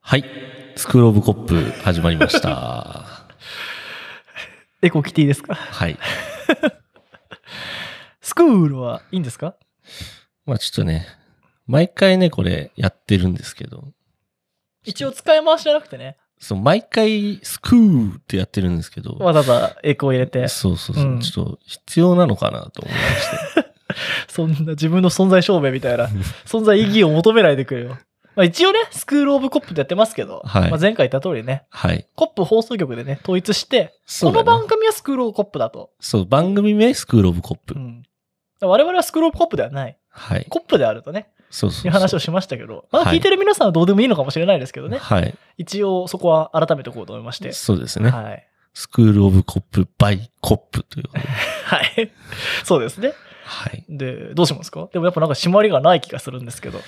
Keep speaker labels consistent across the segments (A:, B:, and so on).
A: はい。スクールオブコップ始まりました。
B: エコー来ていいですか
A: はい。
B: スクールはいいんですか
A: まあちょっとね、毎回ね、これやってるんですけど、
B: 一応使い回しじゃなくてね、
A: そう、毎回スクールってやってるんですけど、
B: わざわざエコー入れて、
A: そうそうそう、
B: うん
A: ちょっと必要なのかなと思いまして。
B: そんな自分の存在証明みた いな、存在意義を求めないでくれよ。まあ一応ね、スクールオブコップでやってますけど、
A: はい
B: まあ前回言った通りね、
A: はい。
B: コップ放送局でね、統一して、
A: そ
B: こ
A: うだ
B: の
A: ね
B: 番組はスクールオブコップだと。
A: そう、番組名スクールオブコップ。
B: うん我々はスクールオブコップではない。
A: はい。
B: コップであるとね、
A: そうそうそう。
B: いう話をしましたけど、まあ
A: はい
B: 聞いてる皆さんはどうでもいいのかもしれないですけどね、
A: はい。
B: 一応そこは改めておこうと思いまして。
A: そうですね。
B: はい。
A: スクールオブコップバイコップということで。
B: はい。そうですね。
A: はい。
B: で、どうしますかでもやっぱなんか締まりがない気がするんですけど。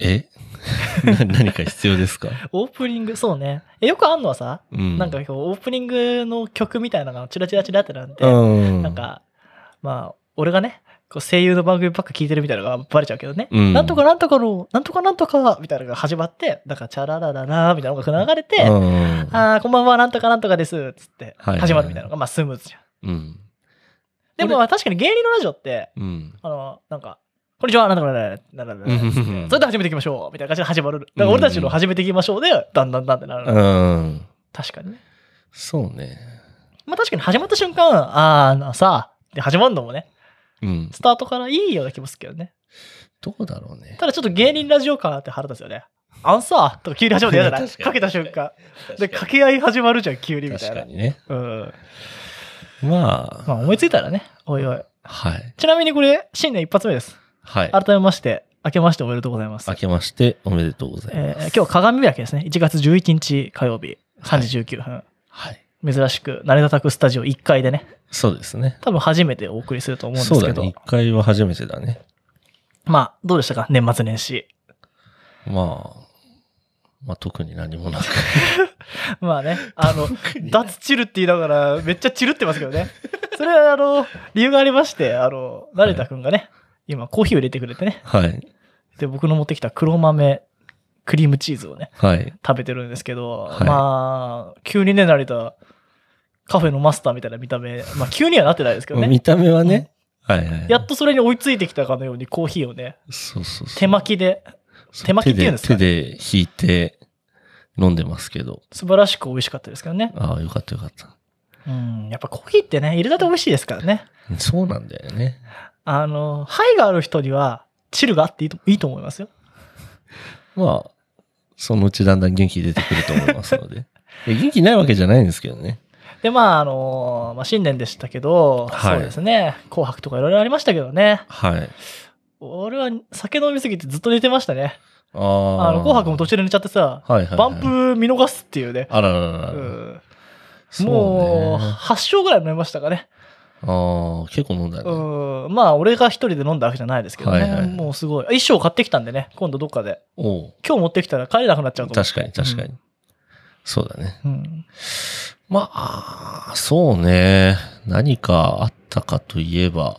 A: え な何か必要ですか
B: オープニング、そうね。えよくあんのはさ、
A: うん。
B: なんか、こうオープニングの曲みたいなのがチラチラチラってなって、
A: うん。
B: なん、か、まあ、俺がね、こう声優の番組ばっか聞いてるみたいなのがバレちゃうけどね。
A: うん
B: なんとかなんとかの、なんとかなんとかみたいなのが始まって、なんかチャララララーみたいな音楽流れて、
A: うん。
B: あーこんばんは、なんとかなんとかです、つって、
A: はいはいはい
B: 始まるみたいなのが、まあ、スムーズじゃん。
A: うん。
B: でも、まあ確かに芸人のラジオって、
A: うん。
B: あの、なんか、こんにちは、なんだかなんだかなんだかなんだかなんだか
A: うん
B: それでは始めていきましょう、みたいな感じで始まる。だから俺たちの始めていきましょうで、だんだんだんってなる。
A: うん。
B: 確かにね。
A: そうね。
B: まあ確かに始まった瞬間、あーなさあ、で始まるのもね、
A: うん。
B: スタートからいいような気もするけどね。
A: どうだろうね。
B: ただちょっと芸人ラジオ感あって腹立つよね。アンサーとか急に始まるの嫌じゃな い
A: 確かに
B: かけた瞬間。で、
A: 確か
B: 掛け合い始まるじゃん、急に
A: に
B: みたい
A: 確か
B: な。
A: にね。
B: うん。
A: ま
B: ま
A: あ、
B: あ思いついたらね、おいおい。
A: はい。
B: ちなみにこれ、新年一発目です。
A: はい。
B: 改めまして、明けましておめでとうございます
A: 明。けましておめでとうござい
B: え
A: ます。
B: ー今日は鏡開きですね。1月11日火曜日、3時19分。
A: はい。
B: 珍しく、慣れたくスタジオ1階でね、
A: そうですね。
B: 多分初めてお送りすると思うんです
A: そう
B: け
A: だ
B: ど、
A: ね。一回は初めてだね。
B: まあ、どうでしたか年末年始。
A: まあ、まあ特に何もなく。
B: まあね、あ の、脱チルって言いながら、めっちゃチルってますけどね。それは、あの、理由がありまして、あの、成田くんがね、今コーヒーを入れてくれてね、
A: はい。
B: で、僕の持ってきた黒豆、クリームチーズをね、
A: はい。
B: 食べてるんですけど、
A: はい
B: まあ、急にね、成田、カフェのマスターみたいな見た目、まあ、急にはなってないですけどね。
A: 見た目はね。はいはい。
B: やっとそれに追いついてきたかのようにコーヒーをね、
A: そうそうそう。
B: 手巻きで
A: そう
B: 手巻きっていうんですかね
A: 手で、手で引いて飲んでますけど。
B: 素晴らしく美味しかったですけどね。
A: ああ、よかったよかった。
B: うん、やっぱコーヒーってね、入れたて美味しいですからね。
A: そうなんだよね。
B: あの、肺がある人には、チルがあっていいといいと思いますよ。
A: まあ、そのうちだんだん元気出てくると思いますの で。いや元気ないわけじゃないんですけどね。
B: で、まあ、あの、まあ、新年でしたけど、
A: はい
B: そうですね、紅白とかいろいろありましたけどね。
A: はい。
B: 俺は酒飲みすぎてずっと寝てましたね。
A: ああ
B: あの、紅白も途中で寝ちゃってさ、
A: はいはいはい。
B: バンプ見逃すっていうね。
A: あらららら。
B: うん
A: そ
B: もう、
A: ね、
B: 8升ぐらい飲みましたかね。
A: ああ、結構飲んだね。
B: うん、まあ俺が一人で飲んだわけじゃないですけどね、
A: はいはい
B: もうすごい衣装買ってきたんでね今度どっかで
A: おう
B: 今日持ってきたら帰れなくなっちゃうと思う
A: 確かに確かに。そうだね。
B: うん
A: まあ、そうね。何かあったかといえば。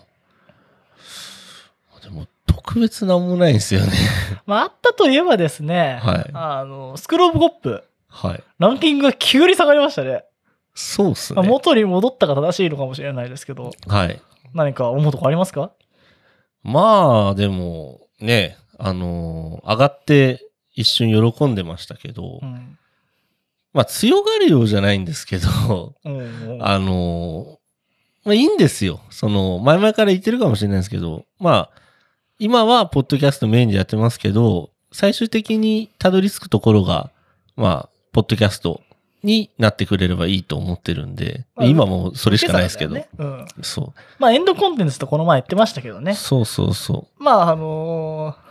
A: でも、特別なんもないんですよね。
B: まああったといえばですね、
A: はい
B: あのスクローブコップ
A: はい。
B: ランキングが急に下がりましたね
A: そうっす
B: まあ
A: ね。
B: 元に戻ったが正しいのかもしれないですけど
A: はい。
B: 何か思うとこありますか
A: まあ、でも、ね、あのー上がって一瞬喜んでましたけど、
B: うん
A: まあ、強がるようじゃないんですけど、
B: うんうん
A: あのーまあ、いいんですよ。その、前々から言ってるかもしれないですけど、まあ、今は、ポッドキャストメインでやってますけど、最終的にたどり着くところが、まあ、ポッドキャストになってくれればいいと思ってるんで、
B: まあ
A: 今もうそれしかないですけど、
B: 受け皿だよねうん
A: そ
B: まあエンドコンテンツとこの前言ってましたけど
A: う、
B: ね
A: そうそうそう。
B: まああのー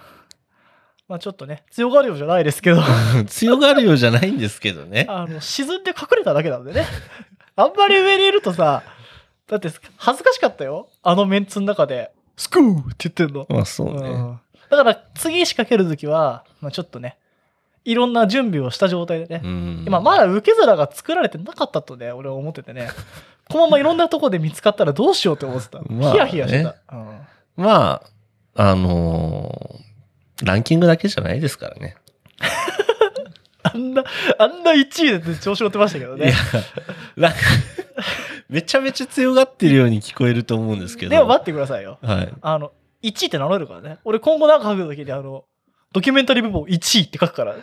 B: まあちょっとね強がるようじゃないですけど
A: 強がるよう じゃないんですけどね。
B: あの沈んで隠れただけなん でねあんまり上にいるとさだって恥ずかしかったよあのメンツの中で「スクー!」って言ってんの、
A: まあそう
B: う
A: ね。
B: んだから次仕掛ける時は、まあ、ちょっとねいろんな準備をした状態でね、
A: うん
B: 今まだ受け皿が作られてなかったとね俺は思ってて ねこのままいろんなとこで見つかったらどうしようって思ってた、
A: まあね
B: ヒヤヒヤしてた、うん
A: まあ、あのーランキングだけじゃないですからね。
B: あんな1位で調子乗ってましたけど
A: いや
B: ね。、
A: なんか、 めちゃめちゃ強がってるように聞こえると思うんですけど。
B: でも待ってくださいよ。
A: はい。
B: あの、1位って名乗れるからね。俺今後なんか書くときに、あの、ドキュメンタリー部門1位って書くから。
A: で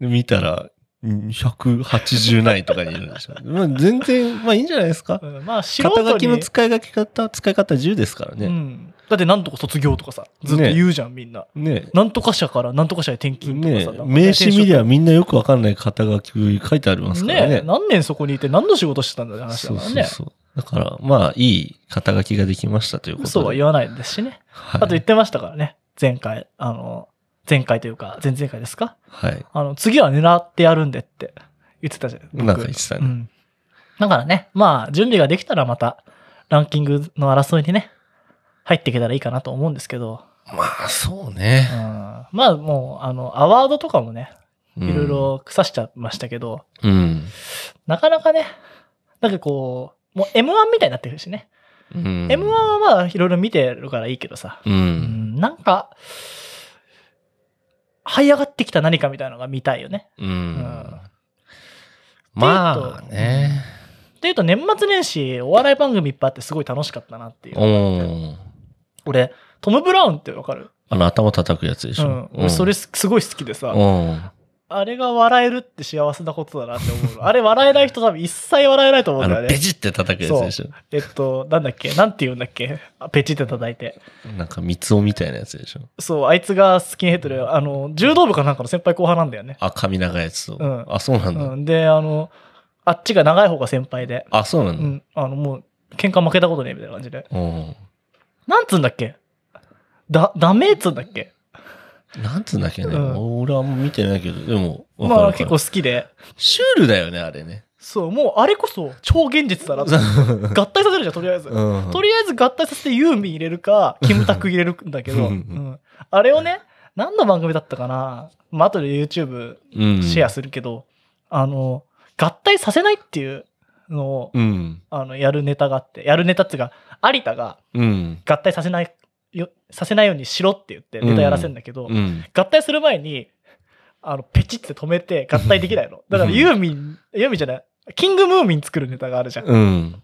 A: 見たら、うん180ないとかにいるんでしょ。 まあ全然、まあいいんじゃないですか。
B: うんまあ、素人に
A: 肩書きの使い書き方、使い方自由ですから
B: う
A: ね。
B: ん。だって、なんとか卒業とかさ、ずっと言うじゃん、みんな。
A: ね
B: なんとか社からなんとか社へ転勤とか
A: ね
B: さ。なんか
A: 名刺見り
B: 転
A: ゃみんなよくわかんない肩書き書いてあります
B: 職
A: から
B: ね
A: ね。
B: 何年そこにいて何の仕事してたんだって話
A: そ
B: だ
A: う
B: から
A: そう
B: ね。
A: そう。だから、まあ、いい肩書きができましたということで。
B: 嘘は言わないですしね。
A: はい
B: あと言ってましたからね。前回、あの、前回というか、前々回ですか
A: はい。
B: あの、次は狙ってやるんでって言ってたじゃん。僕
A: なんか言ってたね
B: うん。だからね、まあ、準備ができたらまた、ランキングの争いにね、入っていけたらいいかなと思うんですけど、
A: まあ、そう
B: うん、
A: ね。
B: まあもう、あの、アワードとかもね、
A: うん
B: いろい。ろ腐しちゃいましたけど、
A: うん。
B: なかなかね、なんかこう、もう M1 みたいになってるしね。
A: うん
B: M1 はまあ、いろいろ見てるからいいけどさ、
A: う。
B: うんん、なんか、這い上がってきた何かみたいなのが見たいよね。
A: うん。まあね。
B: っていうと年末年始お笑い番組いっぱいあってすごい楽しかったなっていうう。
A: ん。
B: 俺、トム・ブラウンってわかる
A: あの、頭叩くやつでし
B: う
A: ょ
B: ん。。俺それ
A: う
B: すすごい好きでさ、
A: ん。
B: あれが笑えるって幸せなことだなって思うの。あれ笑えない人多分一切笑えないと思う
A: あ
B: んだよ
A: の、ベ
B: ね。
A: ジって叩くやつでしょ。
B: えっと、なんだっけなんて言うんだっけあペチって叩いて。
A: なんか、三つおみたいなやつでしょ。
B: そう、あいつがスキンヘッドで、あの、柔道部かなんかの先輩後輩なんだよね。
A: あ、髪長いやつと。
B: うん
A: あ、そうなん
B: う
A: だ。
B: ん。で、あの、あっちが長い方が先輩で、
A: あ、そうな
B: うん
A: だ。
B: ん。あの、もう、喧嘩負けたことねえみたいな感じで。
A: うん。
B: なんつうんだっけだ、ダメっつうんだっけ
A: なんつうんだっけね。
B: うん
A: 俺はあんま見てないけど、でも、わかる
B: ま
A: わ
B: あ
A: か
B: 結
A: る
B: 構好きで。
A: シュールだよね、あれね。
B: そう、もうあれこそ超現実だ なと。合体させるじゃん、とりあえず。
A: うん
B: とりあえず合体させてユーミン入れるか、キムタク入れるんだけど、
A: う
B: うんんあれをね、何の番組だったかな。まあ後で YouTube
A: うん
B: シェアするけど、あの、合体させないっていうのを、
A: うん。
B: あの、やるネタがあって、やるネタっていうか、有田が
A: うん。
B: 合体させないよ、させないようにしろって言ってネタやらせるんだけど、
A: うん。
B: 合体する前に、あの、ペチって止めて合体できないの。だからユーミン、ユーミンじゃない、キングムーミン作るネタがあるじゃん。
A: うん。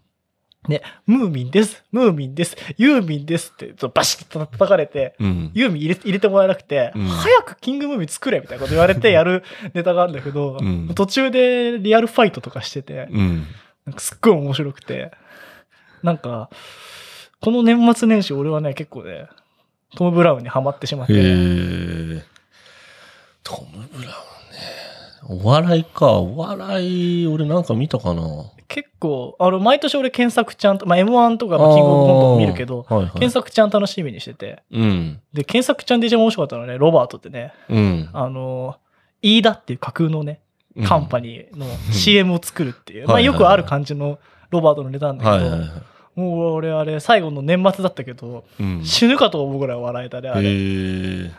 B: ムーミンです、ムーミンです、ユーミンですって、そうバシッと叩かれて、
A: うん。
B: ユーミン入れ入れてもらえなくて、
A: うん
B: 早くキングムーミン作れみたいなこと言われてや るネタがあるんだけど、
A: うん
B: 途中でリアルファイトとかしてて、
A: うん。
B: なんかすっごい面白くて、なんか、この年末年始俺はね、結構ね、トム・ブラウンにハマってしまっ
A: へ
B: て、
A: え。トム・ブラウンね。お笑いか。お笑い、俺なんか見たかな。
B: 結構、あの、毎年俺検索ちゃんと、まあ、M1 とかまあキングオブコントも見るけど
A: あ、ーはいは
B: 検
A: い。
B: 索ちゃん楽しみにしてて、
A: うん。
B: で、検索ちゃんで一番面白かったのはね、ロバートってね、
A: うん。
B: あの、飯田っていう架空のね、カンパニーの CM を作るっていう、
A: はい
B: まあ
A: はい
B: よくある感じのロバートのネタなん
A: は
B: だ
A: い
B: け
A: はいはい
B: ど、。もう俺あれ、最後の年末だったけど、
A: うん。
B: 死ぬかと思うぐらい笑えたね、あれ。
A: へえ。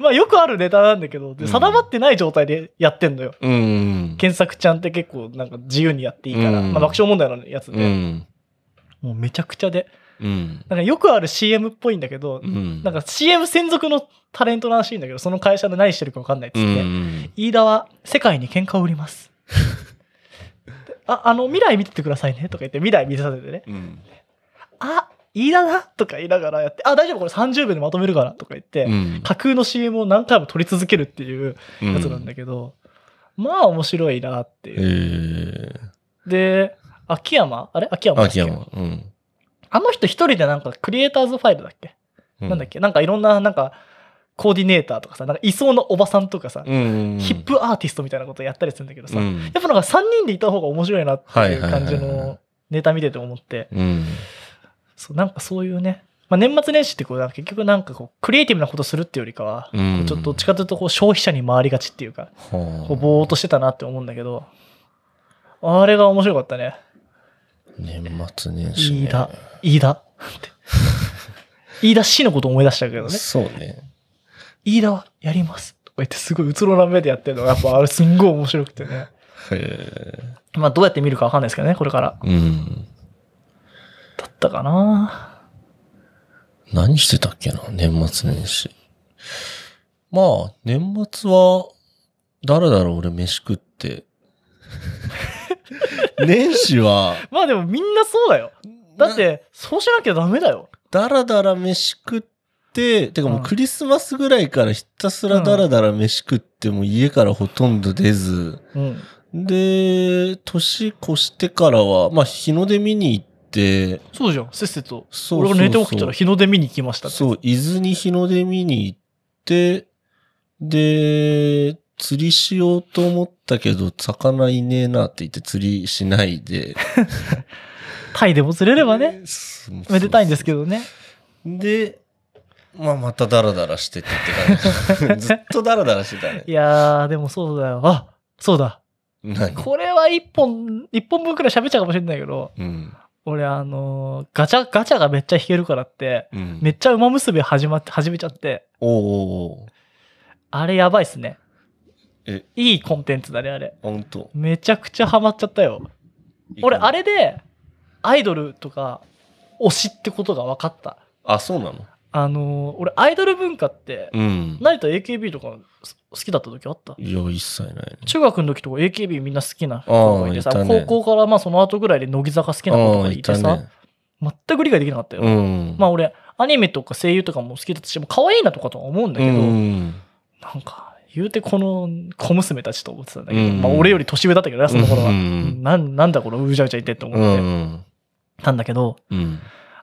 B: まあよくあるネタなんだけど、
A: う
B: で
A: ん
B: 定まってない状態でやってんのよ。
A: うん。
B: 検索ちゃんって結構なんか自由にやっていいから、
A: うん
B: まあ爆笑問題のやつ
A: う
B: で、
A: ん。
B: もうめちゃくちゃで、
A: うん。
B: なんかよくある CM っぽいんだけど
A: う、ん。
B: なんか CM 専属のタレントらしいんだけど、その会社で何してるか分かんないっつ
A: う
B: って、
A: ん。
B: 飯田は世界に喧嘩を売り ます。であ、あの、未来見ててくださいねとか言って、未来見せさせてね、
A: うん。
B: あ、飯田だとか言いながらやって、あ、大丈夫これ30秒でまとめるからとか言って、
A: うん。
B: 架空の CM を何回も撮り続けるっていうやつなんだけど、まあ面白いなって
A: け
B: いう。
A: へえ。
B: で、秋山あれ秋山だっ
A: 秋
B: け
A: 山。うん。
B: あの人一人でなんかクリエイターズファイルだっけなんだっ
A: け
B: けなんかいろんな、なんか、コーディネーターとかさ、なんか、いそうなおばさんとかさ、
A: うん。
B: ヒップアーティストみたいなことやったりするんだけどさ、
A: う
B: やっ
A: ん。
B: ぱなんか3人でいた方が面白いなっていう感じ
A: はいはいはいはい
B: のネタ見てて思って、
A: うん。
B: そう、なんかそういうね、まあ、年末年始ってこう、なんか結局なんかこう、クリエイティブなことするっていうよりかは、
A: うん
B: こうちょっとどっちかというとこう、消費者に回りがちっていうか、
A: はあ
B: こう、ぼーっとしてたなって思うんだけど、あれが面白かったね。
A: 年末年始、ね。
B: 飯田、飯田って。飯田氏のこと思い出したけどね。
A: そうね。
B: 飯田はやります。とか言ってすごいうつろな目でやってるのがやっぱあれすんごい面白くてね。
A: へえ。
B: まあどうやって見るかわかんないですけどね、これから。
A: うん。
B: だったかな
A: 何してたっけな、年末年始。まあ、年末は、だらだら俺飯食 って。年始は、
B: まあでもみんなそうだよ。だっ
A: な、
B: て、そうしなきゃダメだよ。
A: だらだら飯食って、てかもううんクリスマスぐらいからひたすらだらだら飯食って、もう家からほとんど出ず、
B: うん。
A: で、年越してからは、まあ日の出見に行って、
B: そうじゃん、せっせと。
A: そうそうそう
B: 俺が寝て起きたら日の出見に来ましたって
A: そう、伊豆に日の出見に行って、で、釣りしようと思ったけど、魚いねえなって言って釣りしないで。
B: タ イでも釣れればね、
A: そう
B: めでたいんですけどね。
A: で、まあ、またダラダラしてってって 感じ。ずっとダラダラしてたね
B: い。やー、でもそうだよ。あ、そうだ。
A: 何
B: これは一本、一本分くらい喋っちゃうかもしれないけど、
A: うん。
B: 俺あのーガチャ、ガチャがめっちゃ弾けるからって、
A: うん。
B: めっちゃ馬結び始まって、始めちゃって、
A: おうおうおう
B: あれやばいっすね。
A: え
B: いいコンテンツだね、あれ。
A: ほんと。
B: めちゃくちゃハマっちゃったよ。俺、あれで、アイドルとか、推しってことが分かった。
A: あ、そうなの
B: あのー俺、アイドル文化って、
A: うん。
B: 成田 AKB とかす好きだった時あった
A: いや、一切ないね。
B: 中学の時とか AKB みんな好きな子がいてさ、
A: ああいたね
B: 高校からまあその後ぐらいで乃木坂好きな子と
A: あ
B: か
A: あ
B: いてさ、全く理解できなかったよ。
A: うん。
B: まあ
A: あ、
B: 俺、アニメとか声優とかも好きだったし、もう可愛いなとかとは思うんだ
A: う
B: けど、
A: ん。
B: なんか、言うてこの小娘たちと思ってたんだけど、
A: うん
B: まあ俺より年上だったけどね、その頃は。
A: う
B: うんんなんなんだこのうじゃうじゃ言ってって思
A: う
B: って
A: ん。
B: たんだけど、
A: うん。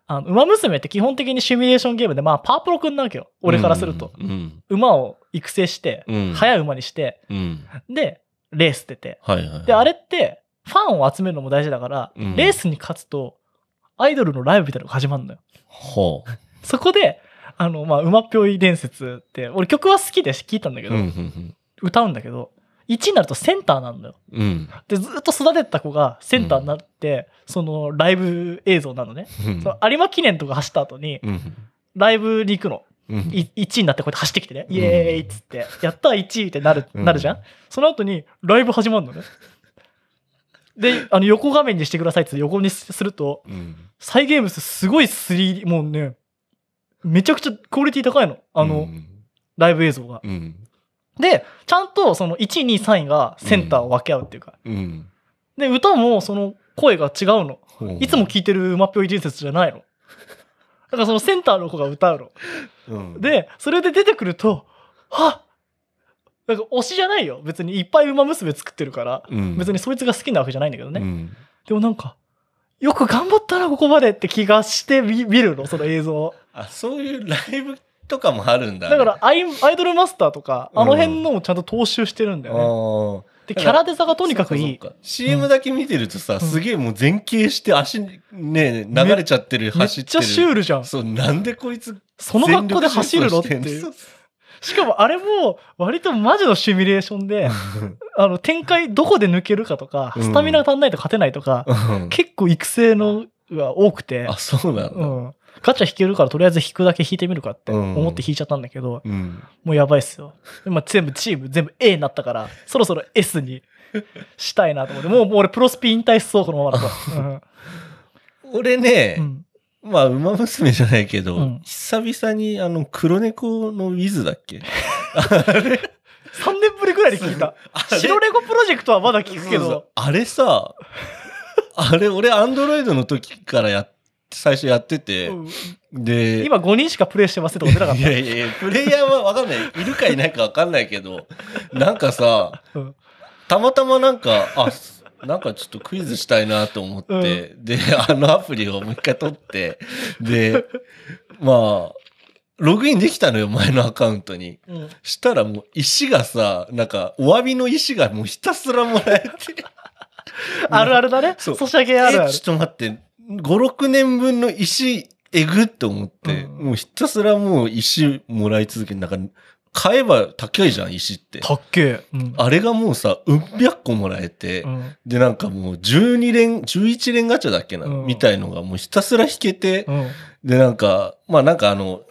B: あの、馬娘って基本的にシミュレーションゲームで、まあパープロくんなわけよ。俺からすると。
A: うん。
B: 馬を育成して、
A: うん。
B: 速い馬にして、
A: うん。
B: で、レース出て。
A: はいはい。
B: で、あれって、ファンを集めるのも大事だから、
A: うん
B: レースに勝つと、アイドルのライブみたいなのが始まるのよ。
A: ほ
B: そこで、あの、まあ、馬ぴょい伝説って、俺曲は好きで聞いたんだけ
A: う。
B: ど、
A: うん。うん
B: 歌うんだけど、1になるとセンターなんだよ。
A: うん。うん
B: で、ずっと育ててた子がセンターになって、そのライブ映像なのね。
A: うん
B: その有馬記念とか走った後に、
A: うん。
B: ライブに行くの。
A: うん
B: い1になってこうやって走ってきてね、
A: うん
B: イエーイっつって、やったー1位ってなる、
A: うん
B: なるじゃん。その後にライブ始まるのね。で、あの横画面にしてくださいっつって横にすると、
A: うん。
B: サイゲームスすごい 3D、もうね、めちゃくちゃクオリティ高いの。あの、
A: うん
B: ライブ映像が。
A: うん。
B: で、ちゃんとその1、2、3位がセンターを分け合うっていうか。
A: うん。
B: で、歌もその声が違うの。いつも聴いてるマップよい伝説じゃないの。だからそのセンターの子が歌うの。
A: うん、
B: で、それで出てくると、はっなんか推しじゃないよ。別にいっぱい馬娘作ってるから。
A: うん、
B: 別にそいつが好きなわけじゃないんだけどね。
A: うん
B: でもなんか、よく頑張ったな、ここまでって気がしてみ見るの、その映像を。
A: あ、そういうライブとかもあるんだ、
B: だからアイ、アイドルマスターとか、あの辺のもちゃんと踏襲してるんだ
A: あ
B: よね。
A: ー
B: で、キャラデザがとにかくいい。
A: そうかそうか CM だけ見てるとさ、すげえもう前傾して足ね流れちゃってる
B: めっ
A: 走って
B: ち
A: る
B: ゃシュールじゃん。
A: そうなんでこいつ
B: その格好で走るのって
A: 全力疾走してん
B: いう
A: の。
B: しかもあれも、割とマジのシミュレーショ ンで、あの、展開どこで抜けるかとか、
A: うん
B: スタミナが足んないと勝てないとか、
A: うん
B: 結構育成のが多くて
A: あ、そうなん
B: う
A: だ
B: ん。ガチャ引けるからとりあえず引くだけ引いてみるかって
A: うん
B: 思って引いちゃったんだけど、
A: うん
B: もうやばいっすよ。今全部チーム全部 A になったから、そろそろ S にしたいなと思って、もうもう俺プロスピ引退しそう、このままだと。
A: 俺ね、
B: うん。
A: まあ、馬娘じゃないけど、
B: うん
A: 久々に、あの、黒猫のウィズだっけ
B: 3年ぶりぐらいで聞いた。
A: あれ
B: 白レゴプロジェクトはまだ聞くけ
A: そうそ
B: ど
A: う、あれさ、あれ、俺、アンドロイドの時からやっ、最初やってて、
B: うん
A: で、
B: 今5人しかプレイしてますってこと出なかっ
A: いやいやいや、プレイヤーはわかんない。いるかいないかわかんないけど、なんかさ、
B: た。うん
A: たまたまなんか、あ、なんかちょっとクイズしたいなと思って、で、あのアプリをもう一回取って、で、まあ、ログインできたのよ、前のアカウントに。
B: うん
A: したらもう石がさ、なんか、お詫びの石がもうひたすらもらえて。
B: あるあるだね。
A: そう
B: ソシャゲあるあ
A: え
B: る
A: ちょ。っと待って、5、6年分の石、えぐって思って、
B: うん
A: もうひたすらもう石もらい続けて、なんか、買えば高いじゃん、石って。
B: っけえ。うん
A: あれがもうさ、うん百個もらえて、
B: うん
A: で、なんかもう12連、11連ガチャだっけな、
B: うん
A: みたいのがもうひたすら引けて、
B: うん
A: で、なんか、まあなんかあの、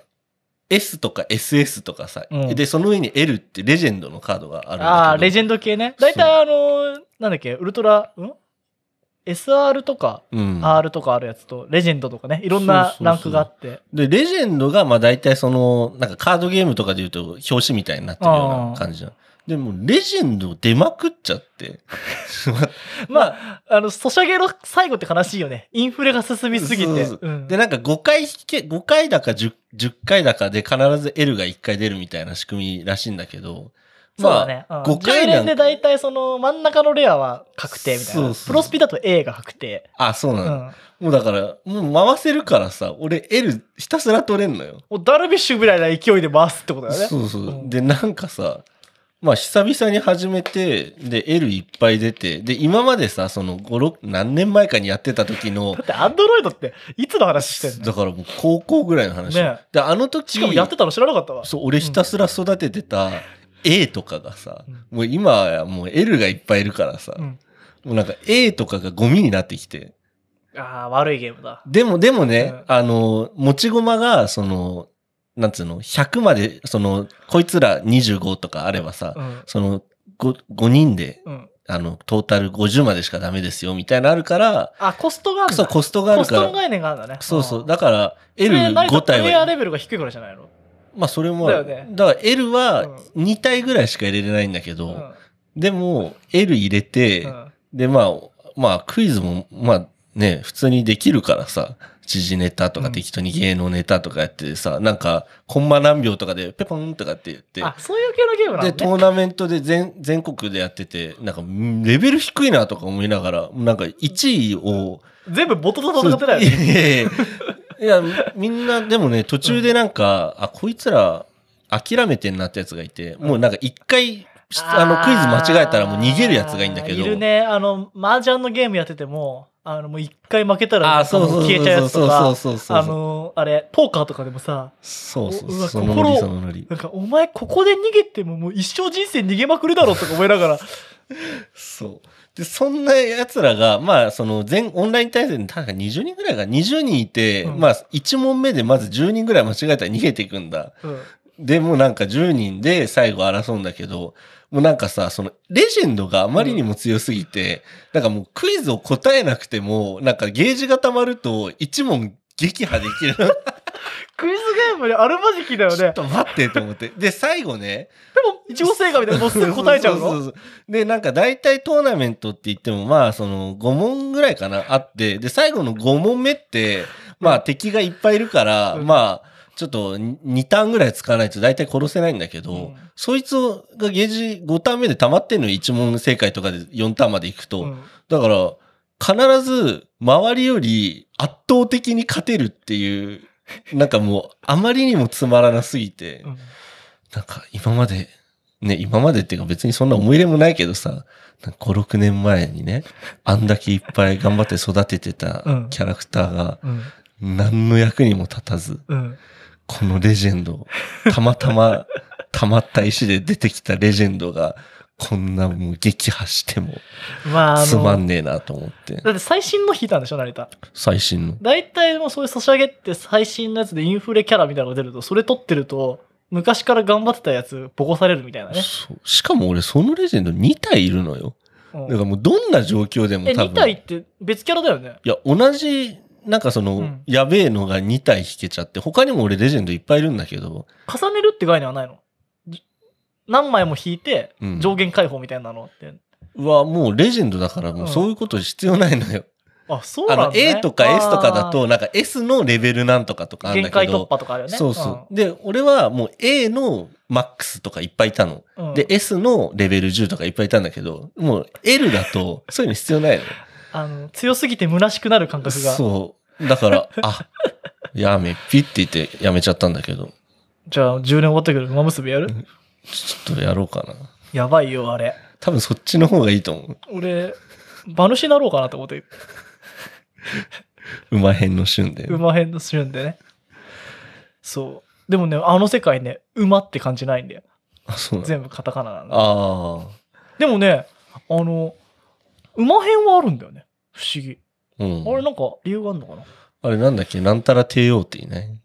A: S とか SS とかさ、
B: うん
A: で、その上に L ってレジェンドのカードがあるんだけど。
B: ああ、レジェンド系ね。大体あのー、なんだっけ、ウルトラ、ん ?SR とか
A: うん、
B: R とかあるやつと、レジェンドとかね、いろんなランクがあって。
A: で、レジェンドが、まあ大体その、なんかカードゲームとかで言うと、表紙みたいになってるような感じじゃん。でも、レジェンド出まくっちゃって。
B: まあ、あの、ソシャゲの最後って悲しいよね。インフレが進みすぎて。
A: そうそう
B: うん
A: で、なんか5回引け、5回だか 10, 10回だかで必ず L が1回出るみたいな仕組みらしいんだけど、
B: そうだね。うん
A: 5回
B: 10
A: なん
B: 連で大体その真ん中のレアは確定みたいな。
A: そうそう
B: プロスピだと A が確定。
A: あ、そう
B: う
A: なの、
B: ん。
A: もうだから、もう回せるからさ、俺 L ひたすら取れんのよ。
B: もうダルビッシュぐらいの勢いで回すってことだよね。
A: そうそう、
B: うん
A: で、なんかさ、まあ久々に始めて、で、L いっぱい出て、で、今までさ、その5、6、何年前かにやってた時の
B: だ、ってアンドロイドっていつの話してんの
A: だからもう高校ぐらいの話。
B: ね
A: で、あの時、
B: しかもやってたの知らなかったわ。
A: そう、俺ひたすら育ててた A とかがさ、
B: うん
A: もう今はもう L がいっぱいいるからさ、
B: うん
A: もうなんか A とかがゴミになってきて。
B: ああ、悪いゲームだ。
A: でも、でもね、
B: うん
A: あの、持ち駒が、その、なんつうの、100まで、その、こいつら25とかあればさ、
B: うん。
A: その5、5人で、
B: うん。
A: あの、トータル50までしかダメですよ、みたいなのあるから、
B: あ、コストがあるんだ。
A: そう、コストがある
B: コストの
A: から、
B: 概念があるんだね。
A: そうそう、
B: だ
A: だから、L5 体
B: プレイヤー
A: は、
B: レベルが低いからじゃないの
A: まあ、それもある、
B: だよね
A: だから L は2体ぐらいしか入れれないんだけ
B: う
A: ど、
B: ん。
A: でも、L 入れて、
B: うん
A: で、まあ、まあ、クイズも、まあね、普通にできるからさ、知事ネタと
B: う
A: か
B: ん
A: 適当に芸能ネタとかやってさ、なんか、コンマ何秒とかでペポンとかって言って、
B: あ、そういう系のゲームな
A: で、
B: の
A: ト
B: ね。
A: ーナメントで全全国でやってて、なんか、んレベル低いなとか思いながら、なんか1位を、
B: 全部ボトと戦ってないよね。
A: いやいやいやいや、みんな、でもね、途中でなんか、あ、こいつら、諦めてんなってやつがいて、もうなんか一回、しあの、クイズ間違えたらもう逃げるやつがいいんだけど。
B: あーいるね。あの、麻雀のゲームやってても、あの、もう一回負けたら、
A: あーそうそうそう
B: あの消えちゃうやつと
A: そ
B: か
A: う、そうそうそう
B: あの、あれ、ポーカーとかでもさ、
A: そうそう
B: おうわ
A: そのノリ
B: 心
A: そのノリ
B: なんか、お前ここで逃げてももう一生人生逃げまくるだろうとか思い ながら、
A: そうでそんなやつらがまあその全オンライン対戦で確か20人ぐらいが20人いて、
B: うん
A: まあ1問目でまず10人ぐらい間違えたら逃げていくんだ
B: うん
A: でもうなんか10人で最後争うんだけどもうなんかさそのレジェンドがあまりにも強すぎて、なんかもうクイズを答えなくてもなんかゲージが溜まると1問撃破できる
B: クイズゲームであるまじきだよ
A: ちょ
B: ね
A: っ。と待ってと思ってで最後ね
B: でも、一応正解みたいな、もうすぐ答えちゃう
A: そそ
B: の
A: そそうで、なんか大体トーナメントって言っても、まあ、その5問ぐらいかな、あって、で、最後の5問目って、まあ、敵がいっぱいいるから、
B: うん
A: まあ、ちょっと2ターンぐらい使わないと大体殺せないんだけど、
B: うん
A: そいつがゲージ5ターン目で溜まってんのよ1問正解とかで4ターンまで行くと。
B: うん
A: だから、必ず周りより圧倒的に勝てるっていう、なんかもう、あまりにもつまらなすぎて、
B: うん
A: なんか今まで、ね、今までっていうか別にそんな思い入れもないけどさ、なんか5、6年前にね、あんだけいっぱい頑張って育ててた
B: うん
A: キャラクターが、
B: うん。
A: 何の役にも立たず、
B: うん。
A: このレジェンド、たまた ま、たまった石で出てきたレジェンドが、こんなもう撃破しても、
B: まあ、あ
A: つまん
B: の、
A: ねえなと思って、
B: だって最新の引いたんでしょ、成田。
A: 最新の。
B: 大体もうそういうソシャゲって最新のやつでインフレキャラみたいなのが出ると、それ取ってると、昔から頑張ってたやつ、ボコされるみたいなね。
A: そうしかも俺、そのレジェンド2体いるのよ。
B: うん
A: だからもうどんな状況でも
B: え、
A: 多分。
B: 2体って別キャラだよね。
A: いや、同じ、なんかその、
B: うん
A: やべえのが2体引けちゃって、他にも俺レジェンドいっぱいいるんだけど、
B: 重ねるって概念はないのじ何枚も引いて
A: う、ん
B: 上限解放みたいなのって。
A: うわ、もうレジェンドだからもうそういうこと必要ないのよ。
B: あ、そう
A: あ
B: な
A: の
B: ん、だ、ね。
A: A とか S とかだ
B: あ
A: と、なんか S のレベルなんとかとか
B: ー、
A: あるん
B: 限
A: だけ
B: 界突
A: ど、
B: 破とかあるよね。
A: そうそう。で、俺はもう A のマックスとかいっぱいいたの。
B: うん。うん
A: で、S のレベル10とかいっぱいいたんだけど、もう L だと、そういうの必要ないの。
B: あの強すぎて虚しくなる感覚が。
A: そう。だから、あ、やめ、ピッて言ってやめちゃったんだけど、
B: じゃあ、10年終わったけど、馬娘やる、
A: ちょっとやろうかな。
B: やばいよ、あれ。
A: 多分そっちの方がいいと思う。
B: 俺、馬主になろうかなと思って、
A: 馬編の旬で。
B: 馬編するんでね。そう。でもね、あの世界ね、馬って感じないんだよ。
A: あ、そうなん
B: 全部カタカナなんだ。
A: あ
B: でもね、あの、馬編はあるんだよね。不思議。
A: あ。うん。
B: あれ、なんか理由があるのかな
A: あれなんだっけなんたら帝王っていない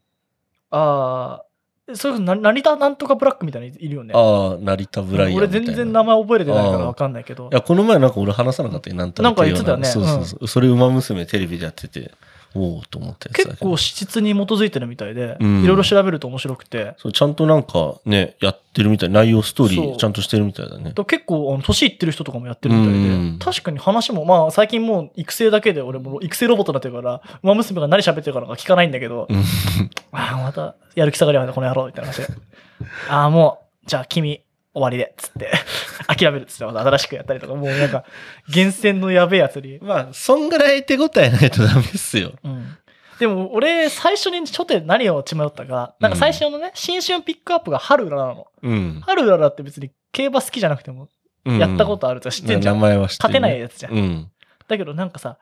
B: ああ、それこそな成田なんとかブラックみたいなのいるよね。
A: ああ、成田ブライアンみ
B: 俺
A: たいな。
B: 全然名前覚えれてないからわかんないけど
A: い。や、この前なんか俺話さなかったよ。なんたら帝王
B: なんか言ってたよね
A: そうそうそう。それ馬娘テレビでやってて、おおと思ったやつだ
B: 結
A: けど
B: 構史実に基づいてるみたいで、
A: うん
B: いろいろ調べると面白くて、
A: そうちゃんとなんかねやってるみたい内容ストーリ
B: そ
A: ー
B: う
A: ちゃんとしてるみたいだね
B: と結構あの年いってる人とかもやってるみたいで、
A: うん
B: 確かに話もまあ最近もう育成だけで俺も育成ロボットになってるから馬娘が何喋ってるかなんか聞かないんだけど、
A: うん
B: ああまたやる気下がりやがったこの野郎みたいな話でああもうじゃあ君終わりでっつって 諦めるっつってまた新しくやったりとかもうなんか厳選のやべえやつに、
A: まあそんぐらい手応えないとダメっすよ
B: うん、でも俺最初に初手で何を血迷ったかなんか最初のね、新春ピックアップが春浦なの
A: うん、
B: 春浦だって別に競馬好きじゃなくても
A: うん
B: やったことあると知ってんじゃん、
A: 名前は知ってる
B: 勝てない
A: ね
B: やつじゃん、
A: うん
B: だけどなんかさ、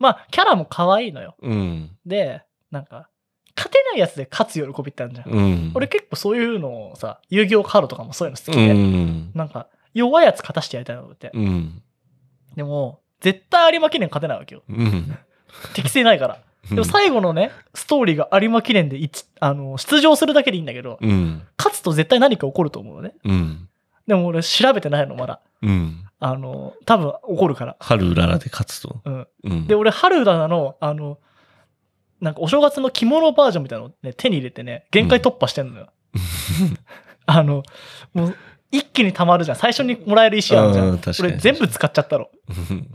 B: まあ、キャラも可愛いのよ。
A: うん
B: で、なんか、勝てないやつで勝つ喜びってあるじゃん。
A: うん
B: 俺結構そういうのをさ、遊戯王カードとかもそういうの好き
A: う
B: で、
A: ん
B: なんか、弱いやつ勝たしてやりたいなと思って。
A: うん
B: でも、絶対有馬記念勝てないわけよ。
A: うん
B: 適性ないから。でも最後のね、ストーリーが有馬記念で一あの出場するだけでいいんだけど、
A: うん
B: 勝つと絶対何か起こると思うのね。
A: うん
B: でも俺調べてないの、まだ。
A: うん
B: あの、多分起こるから。
A: 春うららで勝つと
B: うん。
A: うん
B: で、俺、春うららの、あの、なんかお正月の着物バージョンみたいなのをね、手に入れてね、限界突破してんのよ。 あの、もう、一気に溜まるじゃん。最初にもらえる石あるじゃ
A: うん
B: ん。
A: 確かに
B: 俺、全部使っちゃったの。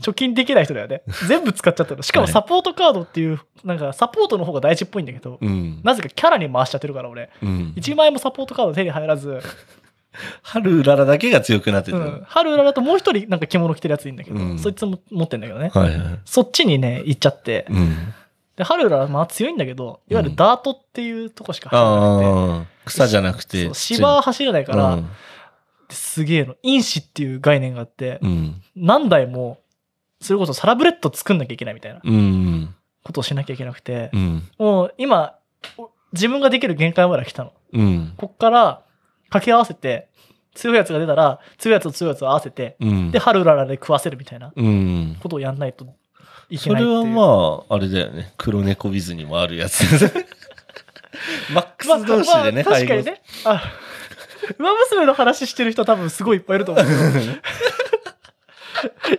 B: 貯金できない人だよね。全部使っちゃったの。しかも
A: はい
B: サポートカードっていう、なんかサポートの方が大事っぽいんだけど、
A: うん
B: なぜかキャラに回しちゃってるから、俺。
A: うん
B: 1枚もサポートカード手に入らず、
A: 春うららだけが強くなって
B: う
A: た
B: ん、春うららともう一人なんか着物着てるやついいんだけど、
A: うん
B: そいつも持ってんだけどね。
A: はいはい
B: そっちにね、行っちゃって、
A: うん
B: で、ハルラはまあ強いんだけど、いわゆるダートっていうとこしか走らな
A: ああ
B: くて、
A: 草じゃなく
B: そ
A: て
B: う芝は走れないから、
A: うん
B: すげえの、因子っていう概念があって、
A: うん
B: 何台も、それこそサラブレッド作んなきゃいけないみたいな
A: うん
B: ことをしなきゃいけなくて
A: う、ん
B: もう今、お自分ができる限界まで来たの。
A: うん
B: こっから掛け合わせて、強いやつが出たら、強いやつと強いやつを合わせて、
A: うん
B: で、ハルララで食わせるみたいな
A: うん
B: ことをやんないといけ
A: そ
B: ないっ
A: れ
B: ていう。
A: はまああれだよね黒猫ビズにもあるやつ マックス同士でね
B: まあまあ確かにね。あ、馬娘の話してる人多分すごいいっぱいいると思う よ。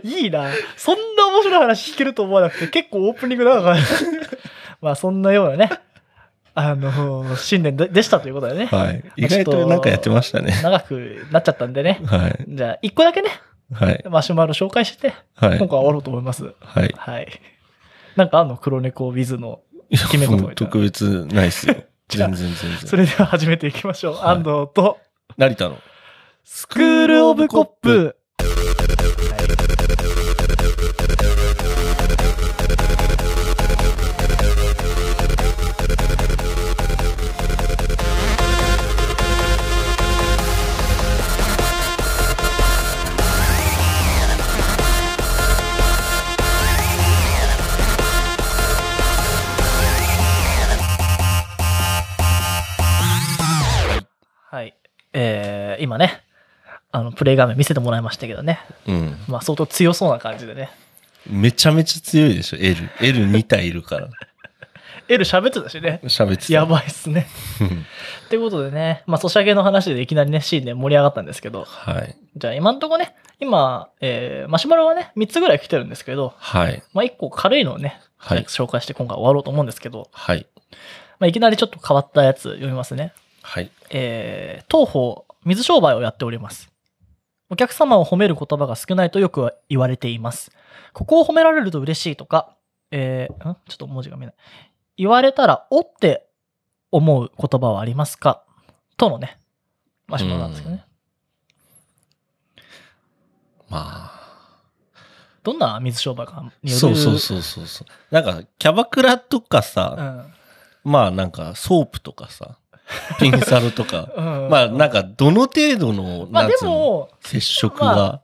B: いいな。そんな面白い話聞けると思わなくて、結構オープニング長かった。 まあそんなようなね、あの新年ででしたということでね。
A: 配合はい意外となんかやってましたね
B: 長くなっちゃったんでね。
A: はい
B: じゃあ、一個だけね、
A: はい
B: マシュマロ紹介して、
A: は
B: 今回
A: い
B: は終わろうと思います。
A: はい
B: はい。なんかあんの黒猫ウィズの。
A: い
B: 決め
A: や
B: 事みたいな
A: もう 特別ないっすよ
B: じゃあ
A: 全然全
B: そ
A: 然
B: れでは始めていきましょう。
A: はい
B: 安藤と。
A: 成田の
B: スクールオブコップ。はい。えー、今ね、あの、プレイ画面見せてもらいましたけどね。
A: うん
B: まあ、相当強そうな感じでね。
A: めちゃめちゃ強いでしょ LL2 体いるから
B: L 喋ってたしね。
A: 喋ってた
B: やばいっすね。ってことでね、まあ、ソシャゲの話でいきなりね、シーンで盛り上がったんですけど、
A: はい
B: じゃあ今んとこね、今、えーマシュマロはね、3つぐらい来てるんですけど、
A: はい
B: まあ、1個軽いのをね、
A: はい
B: 紹介して今回終わろうと思うんですけど、
A: はい
B: まあ、いきなりちょっと変わったやつ読みますね。
A: はい
B: えー当方、水商売をやっております。お客様を褒める言葉が少ないとよく言われています。ここを褒められると嬉しいとか、えーんちょっと文字が見えない。言われたら、おって思う言葉はありますかとのね、マシュマロなんですけどね。
A: ま
B: どんな水商売か
A: あ
B: による
A: そうそうそうそうそうなんかキャバクラとかさ、
B: うん。、
A: まあなんかソープとかさ、ピンサロとか
B: うん。
A: まあなんかどの程度の、
B: まあ
A: なん
B: で
A: つうの、
B: も、
A: 接触が、
B: ま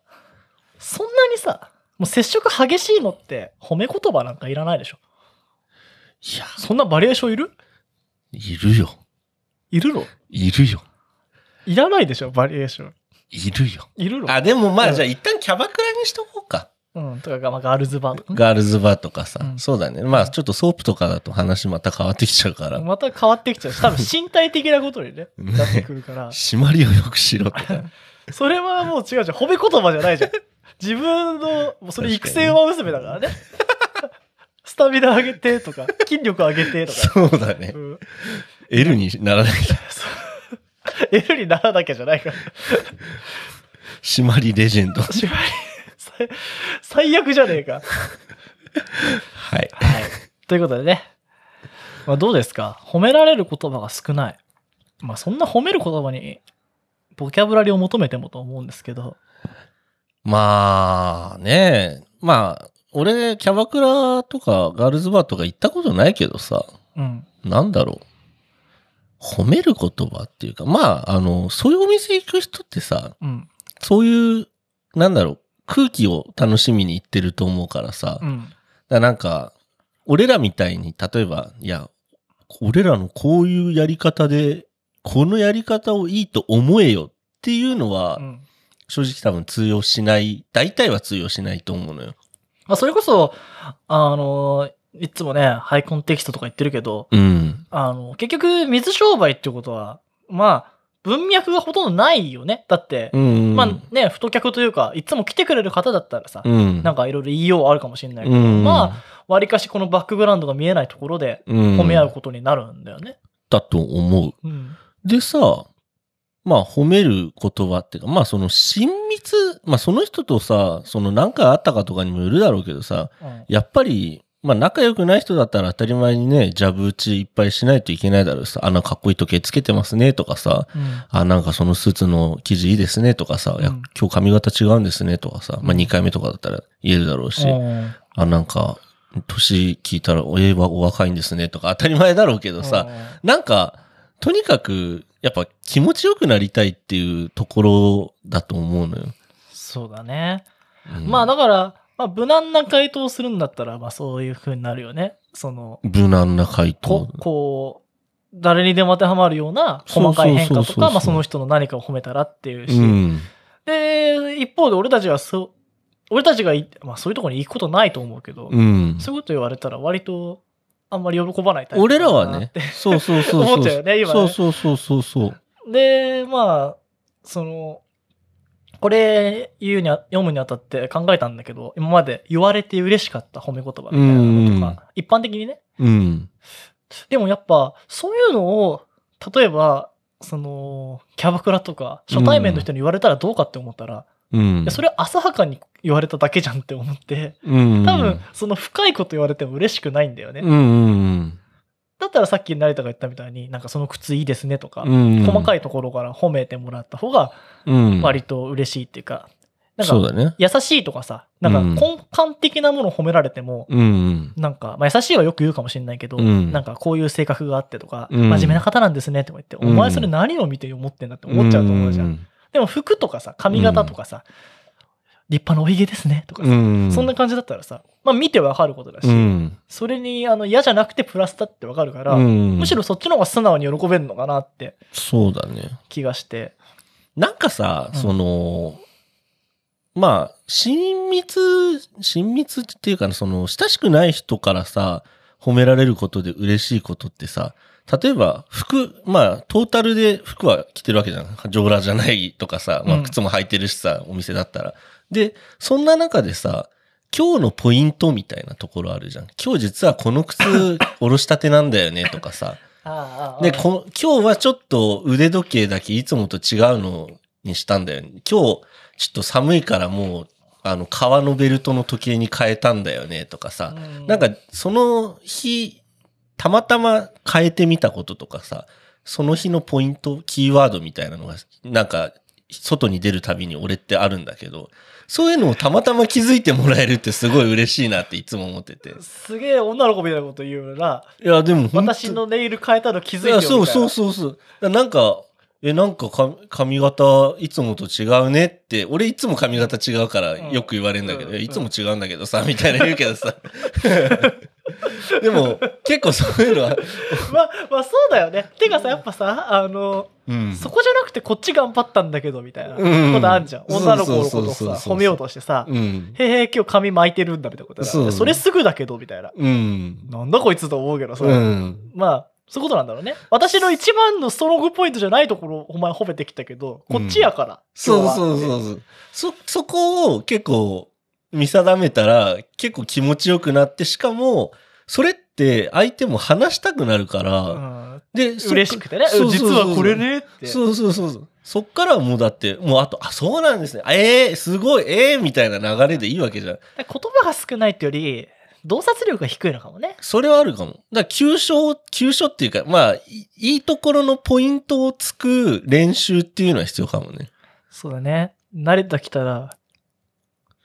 B: そんなにさ、もう接触激しいのって褒め言葉なんかいらないでしょ。
A: いや、
B: そんなバリエーションいる
A: いるよ。
B: いるの
A: いるよ。
B: いらないでしょ、バリエーション。
A: いるよ。
B: いるの
A: あ、でもま
B: うん
A: あじゃあ一旦キャバクラにしとこうか。
B: うん、とかが、まあ、ガールズバーとかね、
A: ガールズバーとかさ、
B: うん
A: そうだね。まあちょっとソープとかだと話また変わってきちゃうから、
B: また変わってきちゃうし、多分身体的なことにね、
A: ね
B: なってくるから、
A: 締まりをよくしろとか。
B: それはもう違うじゃん。褒め言葉じゃないじゃん。自分の、もうそれ育成馬娘だからね。スタミナ上げてとか、筋力上げてとか。
A: そうだね
B: う。ん
A: L にならなきゃ。
B: L にならなきゃじゃないから。
A: 締まりレジェ ンド。
B: 縛り最最悪じゃねえか。
A: はい。
B: はい。ということでね。まあどうですか褒められる言葉が少ない。まあそんな褒める言葉にボキャブラリーを求めてもと思うんですけど。
A: まあね、まあ、俺、キャバクラとかガールズバーとか行ったことないけどさ、
B: うん。
A: なんだろう。褒める言葉っていうか、まあ、あの、そういうお店行く人ってさ、
B: うん。
A: そういう、なんだろう、空気を楽しみに行ってると思うからさ、
B: うん。
A: だからなんか、俺らみたいに、例えば、いや、俺らのこういうやり方で、このやり方をいいと思えよっていうのは
B: う、ん
A: 正直多分通用しない、大体は通用しないと思うのよ。
B: まあそれこそ、あの、いつもね、ハイコンテキストとか言ってるけど、
A: うん。
B: あの、結局水商売ってことは、まあ、文脈がほとんどないよね。だって、
A: うん。
B: まあね、太客というか、いつも来てくれる方だったらさ、
A: うん。
B: なんかいろいろ言いようはあるかもしれないけど、
A: うん、
B: まわりかしこのバックグラウンドが見えないところで
A: あ、褒
B: 褒め合うことになるんだよね。
A: だと思う。
B: うん。
A: でさ、まあ褒める言葉っていうか、まあその親密、まあその人とさ、その何回会ったかとかにもよるだろうけどさ、
B: うん
A: やっぱり、まあ仲良くない人だったら当たり前にね、ジャブ打ちいっぱいしないといけないだろうしさ、あ、なんかかっこいい時計つけてますねとかさ、あ、なんかそのスーツの生地いいですねとかさ、いや
B: うん
A: 今日髪型違うんですねとかさ、まあ2回目とかだったら言えるだろうし、
B: うん
A: あ、なんか、年聞いたら、おえはお若いんですねとか当たり前だろうけどさ、なんか、とにかく、やっぱ気持ちよくなりたいっていうところだと思うのよ。
B: そうだね。
A: うん
B: まあだから、まあ、無難な回答をするんだったら、まあそういう風になるよね。その、
A: 無難な回答
B: こ。こう、誰にでも当てはまるような細かい変
A: そうそ
B: 化
A: うそうそ
B: と
A: う
B: か、まあその人の何かを褒めたらっていう
A: う
B: し。
A: ん。
B: で、一方で俺たちはそう、俺たちがい、まあそういうところに行くことないと思うけど、
A: うん。
B: そういうこと言われたら割と、あんまり喜ばないタイプ
A: 俺ら
B: だ
A: は
B: な
A: ね、そうそうそうそう。
B: 思っちゃうよね今ね
A: そうそうそうそうそう。
B: で、まあ、その、これ言うにあ読むにあたって考えたんだけど、今まで言われて嬉しかった褒め言葉みたいなのとか、一般的にね。
A: うん。
B: でもやっぱ、そういうのを、例えば、その、キャバクラとか、初対面の人に言われたらどうかって思ったら、
A: うん。
B: いやそれは浅はかに言われただけじゃんって思って、
A: うん。
B: 多分、その深いこと言われても嬉しくないんだよね。
A: うんうん
B: だったらさっき成田が言ったみたいに、なんかその靴いいですねとか
A: う、ん。うん。
B: 細か
A: い。
B: いところから褒めてもらった方が
A: うん。
B: 割と嬉しいっていうか、なん
A: そう
B: か
A: だね。
B: 優しいとかさ、なんか
A: うん
B: 根幹的なものを褒められても、
A: うん。
B: なんか、まあ、優しいはよく言うかもしれないけど、
A: うん
B: なんかこういう性格があってとか、
A: うん
B: 真面目な方なんですねとか言って、
A: うん
B: お前それ何を見て思ってんだって思っちゃうと思うじゃん。
A: ん。
B: でも服とかさ、髪型とかさ、立派なおひげですねとかさ、
A: うん。
B: そんな感じだったらさ、まあ見てわかることだし、
A: うん。
B: それにあの嫌じゃなくてプラスだってわかるから、
A: うん
B: むしろそっちの方が素直に喜べるのかなって
A: そうだね。
B: 気がして。
A: なんかさ、
B: うん
A: その、まあ、親密、親密っていうか、その、親しくない人からさ、褒められることで嬉しいことってさ、例えば、服、まあ、トータルで服は着てるわけじゃん。上裸じゃないとかさ、ま
B: う
A: あ、
B: ん
A: 靴も履いてるしさ、お店だったら。で、そんな中でさ、今日のポイントみたいなところあるじゃん。今日実はこの 靴、おろしたてなんだよね、とかさ。
B: ああああ
A: で、この、今日はちょっと腕時計だけいつもと違うのにしたんだよね。今日、ちょっと寒いからもう、あの、革のベルトの時計に変えたんだよね、とかさ。
B: う
A: なんか、その日、たまたま変えてみたこととかさ、その日のポイント、キーワードみたいなのが、なんか、外に出るたびに俺ってあるんだけど、そういうのをたまたま気づいてもらえるってすごい嬉しいなっていつも思ってて。
B: すげえ女の子みたいなこと言うな。
A: いや、でも本当
B: 私のネイル変えたの気づいて
A: い
B: よ
A: や
B: みたい
A: そうそう
B: そ
A: そうそう。だなんか、え、なんかか髪型いつもと違うねって、俺いつも髪型違うから
B: うん
A: よく言われるんだけど、
B: うん
A: いやいつも違うんだけどさ、みたいな言うけどさ。でも、結構そういうのは、
B: う。まあ、まあそうだよね。てかさ、やっぱさ、あの、
A: うん
B: そこじゃなくてこっち頑張ったんだけどみたいなこ
A: うん
B: とあんじゃん。
A: そう
B: 女の子のこと
A: そう
B: を
A: そう
B: さ、
A: そうそう
B: 褒めようとしてさ、
A: うん。
B: へへ、今日髪巻いてるんだみたいなことだ
A: そう
B: それすぐだけどみたいな。
A: うん。
B: なんだこいつと思うけどさ。
A: うん。
B: まあ、そういうことなんだろうね。私の一番のストロングポイントじゃないところをお前褒めてきたけど、こっちやから。。
A: そうそうそううそう。そ、そこを結構見定めたら、結構気持ちよくなって、しかも、それって相手も話したくなるから、
B: うん、
A: で、そっか
B: 嬉しくてね。
A: そうそうそうそう
B: 実はこれねって。
A: そうそうそうそう。そっからはもうだって、もうあと、あ、そうなんですね。ええすごい、ええみたいな流れでいいわけじゃん。
B: 言葉が少ないってより、洞察力が低いのかもね。
A: それはあるかも。だから、急所、急所っていうか、まあい、いいところのポイントをつく練習っていうのは必要かもね。
B: そうだね。慣れてきたら、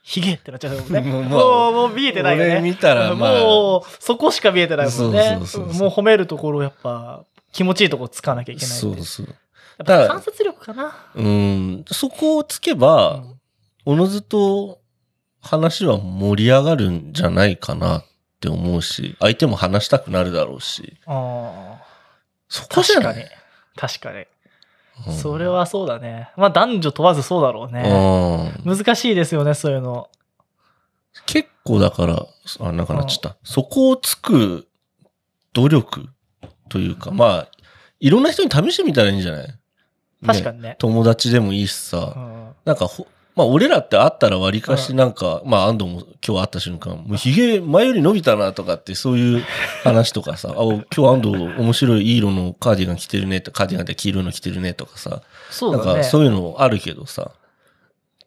B: ヒゲってなっちゃうもんね。
A: もう
B: もう、
A: まあ
B: もう見えてないよ
A: 俺
B: ね。
A: 見たら、まあ、
B: もう、そこしか見えてないもんね。
A: そうそうそうそう
B: もう褒めるところ、やっぱ、気持ちいいとこつかなきゃいけないんで。
A: そうそう。
B: やっ
A: だ
B: ぱ
A: から
B: 観察力かな。
A: うん、そこをつけ
B: う
A: ば、
B: ん
A: おのずと話は盛り上がるんじゃないかなって思うし、相手も話したくなるだろうし、
B: あ
A: そ
B: ー
A: こじゃ
B: 確
A: な
B: かに
A: い。
B: 確かに。
A: うん
B: それはそうだね。まあ男女問わずそうだろうね。
A: うん
B: 難しいですよね、そういうの。
A: 結構だから、あ、なんかなっちゃった。そこをつく努力というか、まあ、いろんな人に試してみたらいいんじゃない
B: 確か
A: ね
B: にね。
A: 友達でもいいしさ、
B: うん
A: なんかほ、まあ俺らって会ったら割りかしなんか、まあ安藤も今日会った瞬間、もうヒゲ前より伸びたなとかってそういう話とかさ、 あ、お今日安藤面白いいい色のカーディガン着てるねとカーディガンって黄色いの着てるねとかさ、
B: そ
A: なん
B: うだ
A: か
B: ね。
A: そういうのあるけどさ、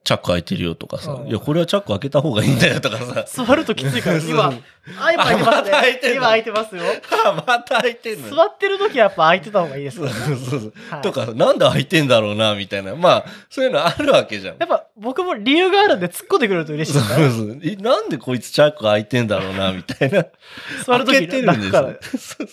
A: チャック開いてるよとかさ、
B: うん
A: いやこれはチャック開けた方がいいんだよとか さ、
B: 座るときついから、今、あ、今開
A: あ
B: いて
A: ま
B: ま
A: た
B: す
A: 開い
B: ね
A: てん。の
B: 今開いてますよ。
A: あまた開いてんの
B: 座ってるときはやっぱ開いてた方がいいです
A: そう。そうそう。
B: はい
A: とか、なんで開いてんだろうな、みたいな。まあ、そういうのあるわけじゃん。
B: やっぱ僕も理由があるんで突っ込んでくれると嬉しい
A: そう
B: ですね。
A: そう。えなんでこいつチャック開いてんだろうな、みたいな。
B: 座ると
A: 開け
B: き
A: てるんで
B: 楽
A: す
B: から。
A: そうそう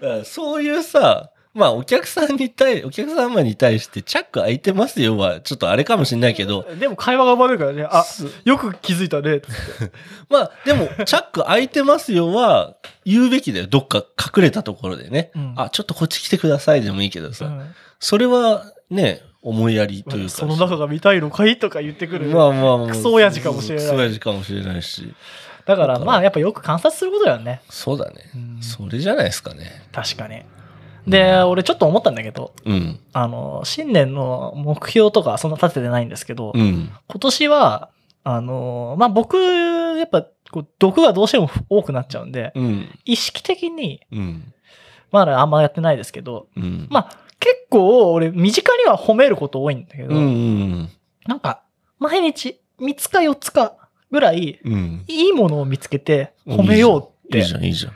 A: だからそういうさ、まあお客さんに対、お客様に対してチャック開いてますよは、ちょっとあれかもしんないけど、
B: でも会話が生まれるからね。あ、
A: す
B: よく気づいたね。
A: まあでも、チャック開いてますよは、言うべきだよ。どっか隠れたところでね。
B: うん
A: あ、ちょっとこっち来てくださいでもいいけどさ、
B: うん
A: それはね、思いやりというか。
B: その中が見たいのかいとか言ってくる。
A: まあまあまあ。
B: クソ親父かもしれない
A: クソ親父かもしれないし。
B: だか
A: だ
B: ら
A: から
B: まあやっぱよく観察することだよね。
A: そうだね。
B: うん
A: それじゃないですかね。
B: 確かに。で、俺ちょっと思ったんだけど、
A: うん。
B: あの、新年の目標とかそんな立ててないんですけど、
A: うん。
B: 今年は、あの、まあ僕、やっぱこう毒がどうしても多くなっちゃうんで、
A: うん。
B: 意識的に、
A: うん。
B: まだあんまやってないですけど、
A: うん。
B: まあ結構俺身近には褒めること多いんだけど、
A: うんうん
B: なんか毎日3つか4つかぐらい
A: うん。うん。
B: いいものを見つけて褒めようって。
A: いいじゃん、いいじゃん。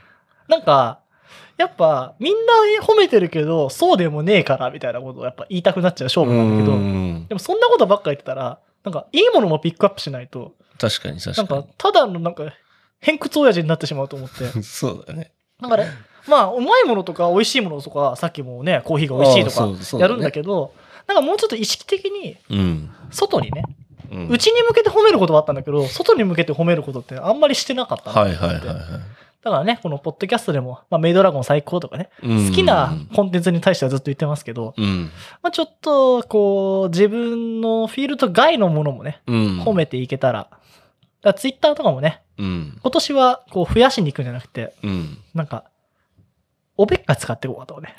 B: なんか、やっぱ、みんな褒めてるけど、そうでもねえから、みたいなことをやっぱ言いたくなっちゃう勝負なんだけ
A: う
B: ど、
A: ん
B: でもそんなことばっか言ってたら、なんか、いいものもピックアップしないと、
A: 確かに
B: な
A: 確
B: ん
A: か
B: か、ただのなんか、偏屈親父になってしまうと 思って。
A: に。そうだね。
B: だから、まあ、うまいものとか、美味しいものとか、さっきもね、コーヒーが美味しいと
A: ああそうそ
B: か、
A: うだ
B: や
A: ね
B: るんだけど、なんかもうちょっと意識的に、
A: うん。
B: 外にね、
A: うん
B: うちに向けて褒めることはあったんだけど、外に向けて褒めることってあんまりしてなかったなと
A: は
B: 思
A: い
B: って
A: はいはいは
B: だからね、このポッドキャストでも、まあ、メイドラゴン最高とかね、
A: い。うん
B: 好きなコンテンツに対してはずっと言ってますけど、
A: うん。
B: まあ、ちょっとこう自分のフィールド外のものもね
A: うん。
B: 褒めていけたらだツイッターとかもね
A: うん。
B: 今年はこう増やしに行くんじゃなくて
A: うん。
B: なんかおべっか使っていこうかとね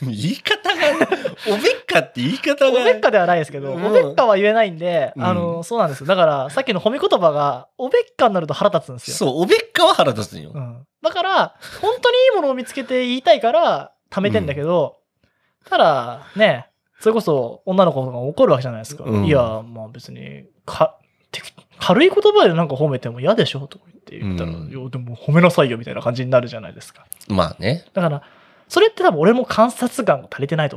A: 言い方が、おべっかって言い方
B: お
A: が。
B: べっかではないですけど、
A: うん
B: おべっかは言えないんで、
A: うん
B: あのそうなんですよだからさっきの褒め言葉がおべっかになると腹立つんですよ
A: そう、おべっかは腹立つんよ
B: う。ん、だから本当にいいものを見つけて言いたいから貯めてんだけど、ただねそれこそ女の子とか怒るわけじゃないですか、
A: うん
B: いやまあ別にかて軽い言葉でなんか褒めても嫌でしょとか言って言ったら、
A: うん
B: いやでも褒めなさいよみたいな感じになるじゃないですか
A: まあね。
B: だからそれって多分俺も観察眼が足りてないと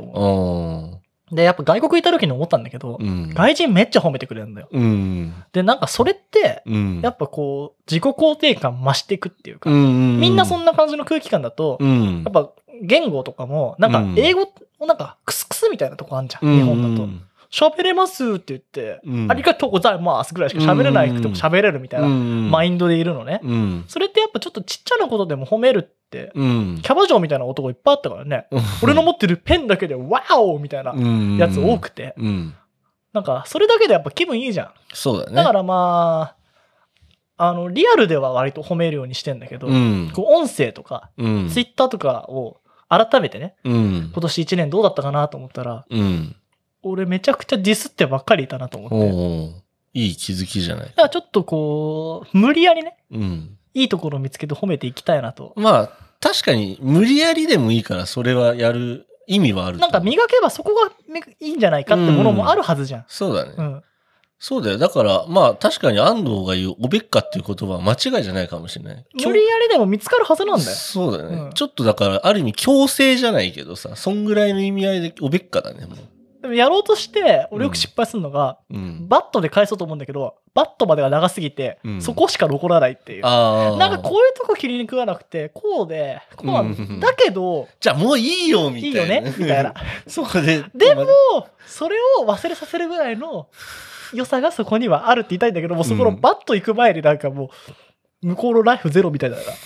A: う
B: 思
A: ん。
B: うでやっぱ外国行った時に思ったんだけど、
A: うん。
B: 外人めっちゃ褒めてくれるんだよ
A: うん。
B: でなんかそれって
A: うん。
B: やっぱこう自己肯定感増していくっていうか、
A: うん。
B: みんなそ
A: な。
B: んな感じの空気感だと、
A: うん
B: やっ。ぱ言語とかも、なん
A: う
B: か
A: ん
B: 英語もなんかクスクスみたいなとこあるじゃん、
A: うん
B: 日本だと。。喋れますって言って、
A: うん。
B: ありがとうございますぐらいしか喋れなくても喋れるみたいな
A: うん。
B: マインドでいるのね。
A: うん。
B: それってやっぱちょっとちっちゃなことでも褒めるって、
A: うん。
B: キャバ嬢みたいな男いっぱいあったからね。俺の持ってるペンだけでワオみたいな
A: の
B: やつ多く。て、
A: うん。
B: なんかそれだけでやっぱ気分いいじゃ
A: そうだ
B: ん。
A: ね。
B: だからまあ、あの、リアルでは割と褒めるようにしてんだけど、
A: うん。
B: こう音声とか、
A: うん。
B: ツイッターとかを改めてね、
A: うん
B: 今。年1年どうだったかなと思ったら、
A: うん。
B: 俺めちゃくちゃディスってばっかりいたなと思って。
A: おうおういい気づきじゃない。
B: だからちょっとこう、無理やりね、
A: うん。
B: いいところを見つけて褒めていきたいなと。
A: まあ、確かに無理やりでもいいから、それはやる意味はあると
B: なん
A: 思う
B: か磨けばそこがめいいんじゃないかってものもあるはずじゃん。
A: そうだね。
B: うん。
A: そうだよ。だから、まあ、確かに安藤が言うおべっかっていう言葉は間違いじゃないかもしれない。
B: 無理やりでも見つかるはずなんだよ。
A: そうだね。
B: うん
A: ちょっとだから、ある意味強制じゃないけどさ、そんぐらいの意味合いでおべっかだね、も
B: でもやろうとして、俺よく失敗するのが、
A: う。うん。
B: バットで返そうと思うんだけど、バットまでが長すぎて、
A: うん
B: そこしか残らないっていう。
A: ああ。
B: なんかこういうとこ切り抜かなくて、こうで、こうな
A: うんうんうん
B: んだけど、
A: じゃあもういいよ、み
B: い
A: た
B: い
A: い
B: よ
A: な。
B: ねみたいな。。
A: そうで。
B: でも、それを忘れさせるぐらいの良さがそこにはあるって言いたいんだけども、そこのバット行く前になんかもう、向こうのライフゼロみたいだから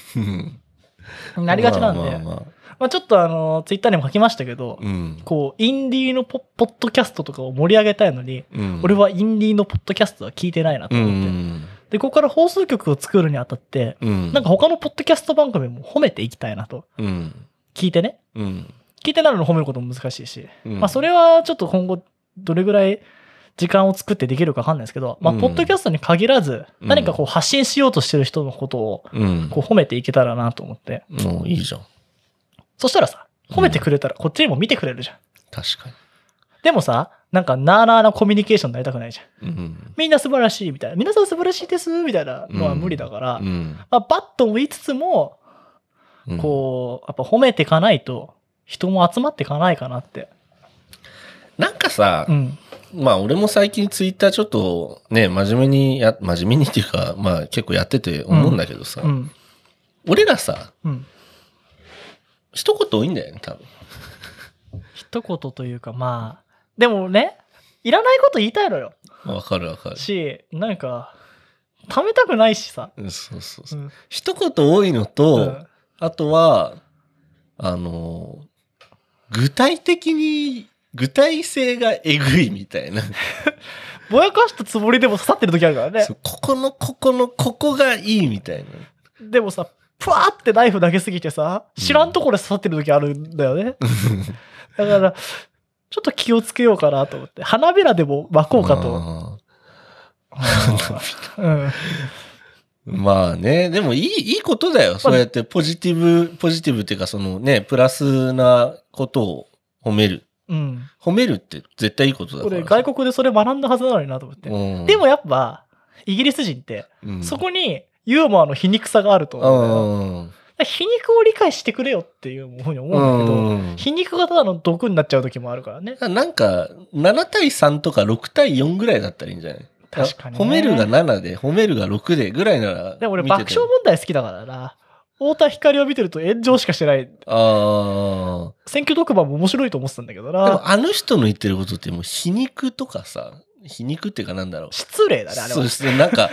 A: うん
B: なりがちなんで、
A: ま
B: ま
A: あ
B: あ
A: まあまあ
B: ちょっとあの、ツイッターにも書きましたけど、
A: うん。
B: こう、インディーのポポッドキャストとかを盛り上げたいのに、
A: うん
B: 俺、はインディーのポッドキャストは聞いてないなと
A: う
B: 思って、
A: ん。
B: で、ここから放送局を作るにあたって、
A: うん。
B: なんか、他のポッドキャスト番組も褒めていきたいなと。
A: うん。
B: 聞いてね。
A: うん。
B: 聞いてなるの褒めることも難しいし。
A: うん
B: まあ、それはちょっと今後、どれぐらい時間を作ってできるかわかんないですけど、まあ、
A: うん
B: ポッドキャストに限らず、
A: うん
B: 何かこう発信しようとしてる人のことを、
A: うん。
B: こう褒めていけたらなと思って。
A: もういいじゃん。
B: そしたらさ、褒めてくれたらこっちにも見てくれるじゃん。
A: 確か
B: でもさ、なんかなあなあなコミュニケーションになりたくないじゃん。
A: に。うん。
B: みんな素晴らしいみたいな。皆さん素晴らしいですみたいなのは無理だから、
A: うん
B: まあ、バッとも言いつつも、
A: うん。
B: こう、やっぱ褒めていかないと、人も集まっていかないかなって。
A: なんかさ
B: う、ん。
A: まあ俺も最近ツイッターちょっとね、真面目にや、真面目にっていうか、まあ結構やってて思うんだけどさ
B: う、ん。
A: 俺らさ、
B: うん。
A: 一言多いんだよね、多分。
B: 一言というか、まあ、でもね、いらないこと言いたいのよ。
A: わかるわかる。
B: し、なんか、貯めたくないしさ。
A: うんそうそうそうう。
B: ん。
A: 一言多いの
B: う
A: と、
B: ん
A: あとは、あのー、具体的に、具体性がえぐいみたいな。
B: ぼやかしたつもりでも刺さってる時あるからね
A: そ。うここの、ここの、ここがいいみたいな。
B: でもさ、ぷわーってナイフ投げすぎてさ、知らんところで刺さってる時あるんだよ ね。だから、ちょっと気をつけようかなと思って。花びらでも巻こうかと。
A: と。
B: うん。
A: まあね、でもいい、いいことだよ。そうやってポジティブ、ポジティブっていうかそのね、プラスなことを褒める。
B: うん。
A: 褒めるって絶対いいことだか
B: こ
A: ら
B: れ
A: さ。
B: 外国でそれ学んだはずなのになと思って。
A: うん
B: でもやっぱ、イギリス人って、
A: うん
B: そこにユーモアの皮肉さがあると
A: う
B: 思うんだよ
A: ん。
B: だから皮肉を理解してくれよっていうふうに思うんだけど、
A: うん
B: 皮肉がただの毒になっちゃう時もあるからね。
A: なんか、7対3とか6対4ぐらいだったらいいんじゃない
B: 確かにね
A: 褒めるが7で、褒めるが6でぐらいなら。
B: でも俺爆笑問題好きだからな。太田光を見てると炎上しかしてない。
A: あ
B: 選挙特番も面白いと思ってたんだけど
A: あ。でも
B: な。
A: あの人の言ってることってもう皮肉とかさ、皮肉っていうかなんだろう。
B: 失礼だね、あれ
A: そう
B: は
A: で。すね。なん か、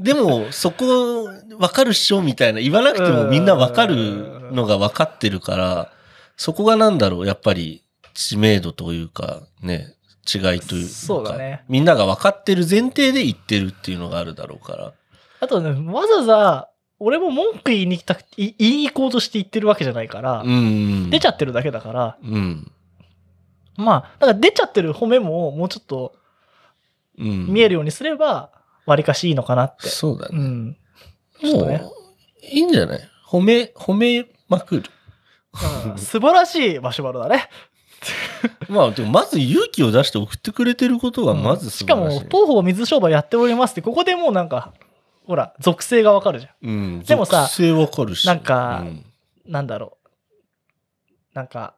A: でも、そこ、わかるっしょみたいな、言わなくてもみんなわかるのがわかってるから、そこがなんだろう、やっぱり、知名度というか、ね、違いというか、
B: そうだね
A: みんなが分かってる前提で言ってるっていうのがあるだろうから。
B: あとね、わざわざ、俺も文句言いに来たくい言いに行こうとして言ってるわけじゃないから、
A: うん。
B: 出ちゃってるだけだから、
A: うん。
B: まあ、だから出ちゃってる褒めももうちょっと
A: うん。
B: 見え
A: る
B: るようにすれば、わりかしいいのかなって。
A: そうだ
B: う
A: ね。
B: ん。ちょっ
A: も
B: と
A: う、
B: ね、
A: いいんじゃない褒め、褒めまくる。
B: うん素晴らしいマシュマロだね。
A: まあ、でもまず勇気を出して送ってくれてることがまず素
B: しか
A: 晴らし
B: も
A: い。、
B: 東方水商売やっておりますって、ここでもうなんか、ほら、属性がわかるじゃ
A: うん、
B: でもさ
A: 属性わかるし。
B: なんか
A: うん
B: ん。なんだろう。なんか、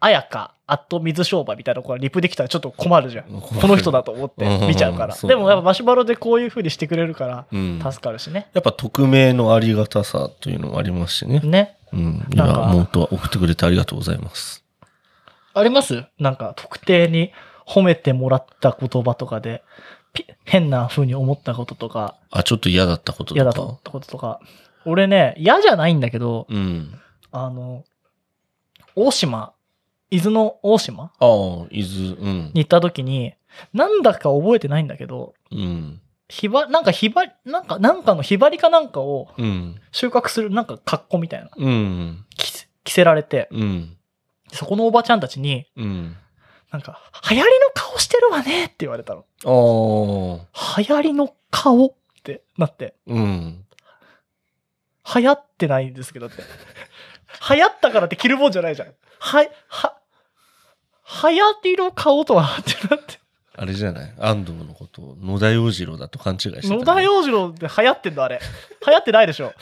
B: あやか、あっと水商売みたいなのがリプできたらちょっと困るじゃん。この人だと思って見ちゃう か
A: うん
B: ら。
A: そう
B: でもやっぱマシュマロでこういう風にしてくれるから、
A: うん、や
B: 助かるしね。
A: っぱ匿名のありがたさというのもありますしね。
B: ね。
A: うん。いや、
B: なんか
A: 本当は送ってくれてありがとうございます。
B: ありますなんか、特定に褒めてもらった言葉とかで、ピ変な風に思ったこととか、
A: あ、ちょっと嫌だったこととか。
B: 嫌だと思ったこととか。俺ね、嫌じゃないんだけど、
A: うん。
B: あの、大島、伊豆の大島
A: ああ、伊豆、うん。
B: に行った時に、なんだか覚えてないんだけど、
A: うん。
B: ひば、なんかひば、なんか、なんかのひばりかなんかを
A: うん。
B: 収穫する、なんか格好みたいな、
A: うん。
B: 着せ着せられて、
A: うん。
B: そこのおばちゃんたちに、
A: うん。
B: なんか、流行りの顔してるわねって言われたの。
A: ああ、
B: 流行りの顔ってなって、
A: うん。
B: 流行ってないんですけどって。 流行ったからって着るもんじゃないじゃん。は、は、流行りの顔とはって なって。
A: あれじゃない安藤のことを野田洋次郎だと勘違いしてた、
B: 野田洋次郎って流行ってんのあれ。流行ってないでしょ。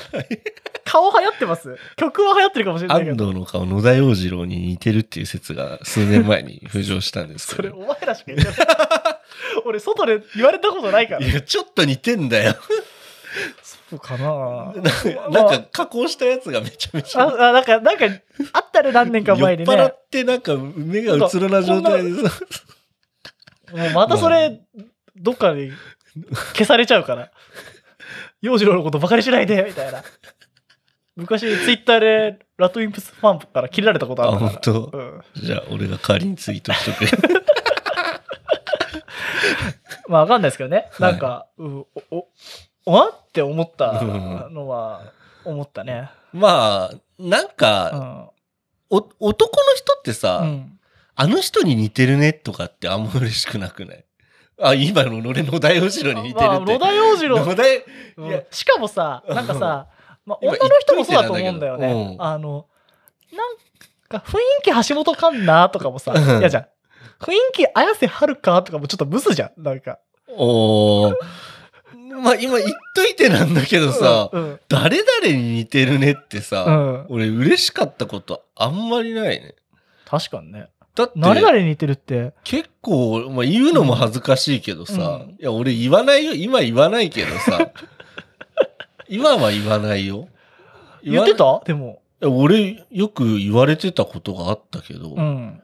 B: 顔流行ってます曲は流行ってるかもしれないけ
A: 安
B: ど。
A: 藤の顔、野田洋次郎に似てるっていう説が数年前に浮上したんです
B: そ
A: け
B: れ
A: ど。
B: お前らしか言ってない。 俺外で言われたことないから。
A: いや、ちょっと似てんだ よ。
B: そうかな
A: ななんか加工したやつがめちゃめちゃ。
B: ああなんか、なんか、あったね、何年
A: 酔
B: か
A: っ
B: 前に
A: 払
B: ね
A: っ。てなんか目がうつろな状態 でさ。
B: もうまたそれ、どっかで消されちゃうから。洋次郎のことばかりしないで、みたいな。昔、ツイッターで、ラトウィンプスファンから切られたことあ
A: あ、
B: る
A: 本
B: か
A: 当。
B: ら。うん。
A: じゃあ俺が代わりにツイートしとくよ。
B: まあ、わかんないですけどね。
A: はい
B: なんか、うんお、お、おわって思った
A: うん
B: のは、思ったね。
A: まあ、なん
B: う
A: か、
B: ん。
A: お男の人ってさ、
B: うん
A: あの人に似てるねとかってあんま嬉しくなくないあ、今の俺野田洋次郎に似てる
B: まあ、
A: っ
B: 野
A: て。
B: 田洋次郎
A: 野田洋
B: うん
A: いや
B: しかもさなんか さ、まあ、
A: 今
B: 女の人もそうだと思うんだよ
A: 言っといてなんだ
B: ね
A: け。ど
B: あのなんか雰囲気橋本環奈とかもさ
A: うん
B: 嫌じゃん。雰囲気綾瀬はるかとかもちょっとブスじゃんなんか。
A: お ー。まあ今言っといてなんだけどさ、
B: うん
A: 誰々に似てるねって
B: う
A: さ、
B: ん、うん
A: 俺嬉しかったことあんまりないね。
B: 確かにね。
A: だって、
B: 誰々に似てるって。
A: 結構、まあ、言うのも恥ずかしいけどさ、
B: うん
A: いや俺言わないよ今言わないけど さ今は言わないよ
B: 言って
A: い
B: たでも。
A: や俺よく言われてたことがあったけど、
B: うん。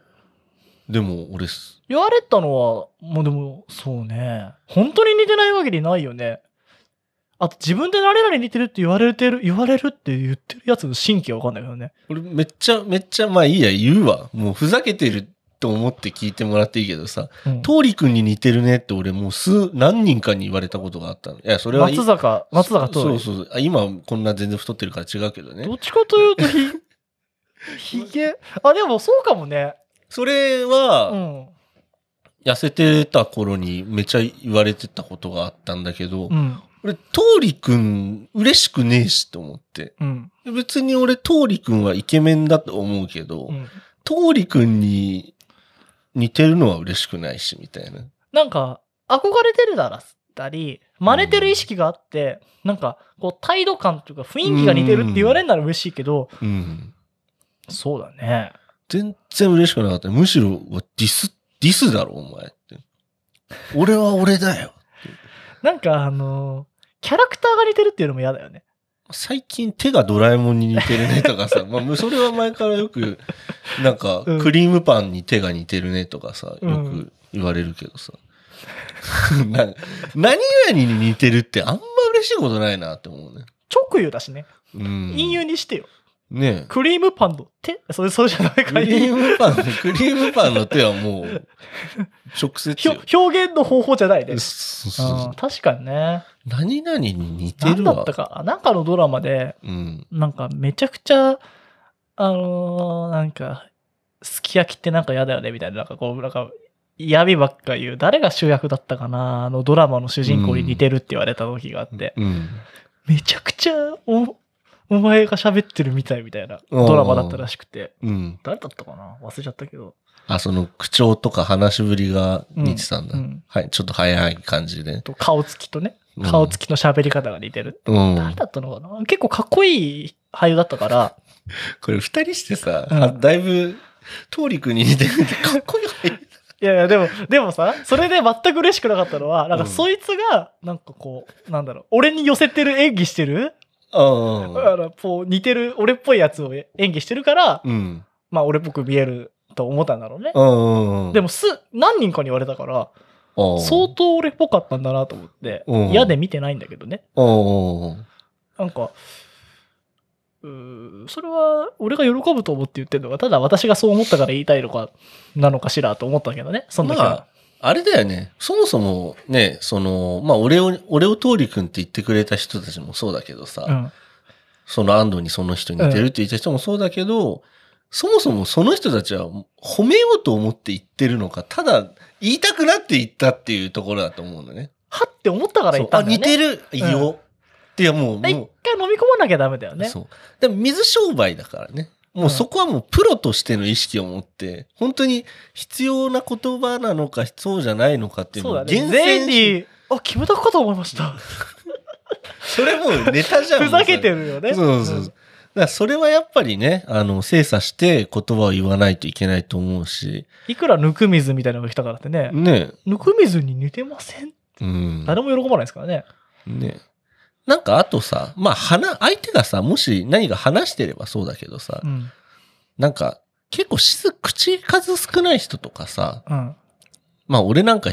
A: でも俺す
B: 言われたのはもうでもそうね本当に似てないわけにないよね。あと自分で誰々に似てるって言われてる言われるって言ってるやつの神経わかんないけどね。
A: 俺めっちゃめっちゃまあいいや言うわもうふざけてると思って聞いてもらっていいけどさ
B: うん
A: 桃李君に似てるねって俺もう数何人かに言われたことがあったのいやそれはい
B: 松坂松坂桃
A: そう
B: 李
A: そうそうあ今こんな全然太ってるから違うけどね
B: どっちかというとひ、 ひげ。あ、でもそうかもね。
A: それは、
B: うん。
A: 痩せてた頃にめちゃ言われてたことがあったんだけど、
B: うん。
A: 俺、通りくん嬉しくねえしと思って。
B: うん。
A: 別に俺、通りくんはイケメンだと思うけど
B: う、ん
A: 通りくんに似てるのは嬉しくないし、みたいな。
B: なんか、憧れてるだらったり、真似てる意識があって、なんか、こう、態度感というか雰囲気が似てるって言われるなら嬉しいけど、
A: うん。
B: そうだね。
A: 全然嬉しくなかった。むしろ、うわディス、ディスだろ、お前って。俺は俺だよ。
B: なんか、あのーキャラクターが似てるっていうのも嫌だよね。
A: 最近手がドラえもんに似てるねとか さ、まあ、それは前からよく、なんか、
B: うん
A: クリームパンに手が似てるねとかさ、
B: うん
A: よく言われるけどさ。 な何々に似てるってあんま嬉しいことないなって思うね。
B: 直湯だしね。
A: うん。
B: 陰湯にしてよ。
A: ねえ
B: クリームパンの手それ、それじゃないか
A: クリームパン、クリームパンの手はもう、直接
B: ひょ
A: よ。
B: 表現の方法じゃないね。
A: そうそう
B: うん確かにね。
A: 何々に似て
B: 何
A: る
B: だ
A: わ。
B: ったかななんかのドラマで、
A: うん。
B: なんかめちゃくちゃ、あのーなんか、すき焼きってなんか嫌だよねみたいな、なんかこう、なんか、嫌味ばっか言う。誰が主役だったかなあのドラマの主人公に似てるって言われた時があって、
A: うん。
B: めちゃくちゃお、お前が喋ってるみたいみたいなドラマだったらしくて、
A: うん。
B: 誰だったかな忘れちゃったけど。
A: あ、その口調とか話しぶりが似てたんだ。
B: うん。
A: はい、ちょっと早い感じで。
B: と顔つきとね、
A: うん
B: 顔つきの喋り方が似てる。
A: うん
B: 誰。だったのかな結構かっこいい俳優だったから、
A: これ二人してさ、
B: うん
A: あだいぶ、通りくんに似てるってかっこよ い。
B: いやいや、でも、でもさ、それで全く嬉しくなかったのは、なん
A: う
B: か
A: ん
B: そいつが、なんかこう、なんだろう、俺に寄せてる演技してる、
A: あ
B: あの、こう、似てる、俺っぽいやつを演技してるから、
A: うん。
B: まあ、俺っぽく見えると思ったんだろうね。
A: うん。
B: でも、す、何人かに言われたから、
A: も
B: 相当俺っぽかったんだなと思って
A: うん、
B: 嫌で見てないんだけどね。
A: 当。うん。
B: なんか、うーそれは俺が喜ぶと思って言ってるのが、ただ私がそう思ったから言いたいのか、なのかしらと思ったけどね、その時は。
A: まあ、あれだよね。そもそもね、その、まあ、俺を、俺を通りくんって言ってくれた人たちもそうだけどさ、
B: うん
A: その安藤にその人に似てるって言った人もそうだけど、そもそもその人たちは褒めようと思って言ってるのか、ただ言いたくなって言ったっていうところだと思うのね。
B: はって思ったから言ったんだよね。
A: そうあ、似てるいいよ。っていや、もう、
B: で一
A: もう
B: 回飲み込まなきゃダメだよね。
A: そう。でも水商売だからね。もうそこはもうプロとしての意識を持って、本当に必要な言葉なのか、そうじゃないのかっていうの
B: そ
A: を
B: うだね。
A: 厳
B: 全員
A: 選し、
B: に、あ、キムタクかと思いました。
A: それもうネタじゃん。
B: ふざけてるよね。
A: そうそうそう。だからそれはやっぱりね、あの、精査して言葉を言わないといけないと思うし、
B: いくらぬくみずみたいなのが来たからってね、
A: ね。
B: ぬくみずに似てません
A: うん。
B: 誰も喜ばないですからね。
A: ね。なんかあとさ、まあ、話、相手がさ、もし何か話してればそうだけどさ
B: う、ん。
A: なんか、結構静口数少ない人とかさ、
B: うん。
A: まあ、俺なんか、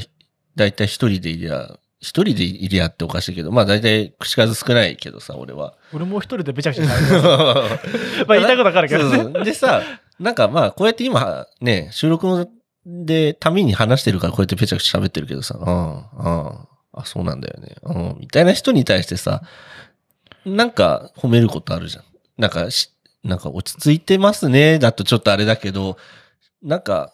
A: だいたい一人でいりゃ、一人でいりゃっておかしいけど、まあ、だいたい口数少ないけどさ、俺は。
B: 俺もう一人でべちゃくちゃになる まあ言いたいことわかるけど
A: そう
B: ね。
A: そうでさ、なんかまあ、こうやって今、ね、収録ので、ために話してるから、こうやってペチャクチャ喋ってるけどさ、うん、うん、あ、そうなんだよね、うん、みたいな人に対してさ、なんか褒めることあるじゃん。なんかし、なんか落ち着いてますね、だとちょっとあれだけど、なんか、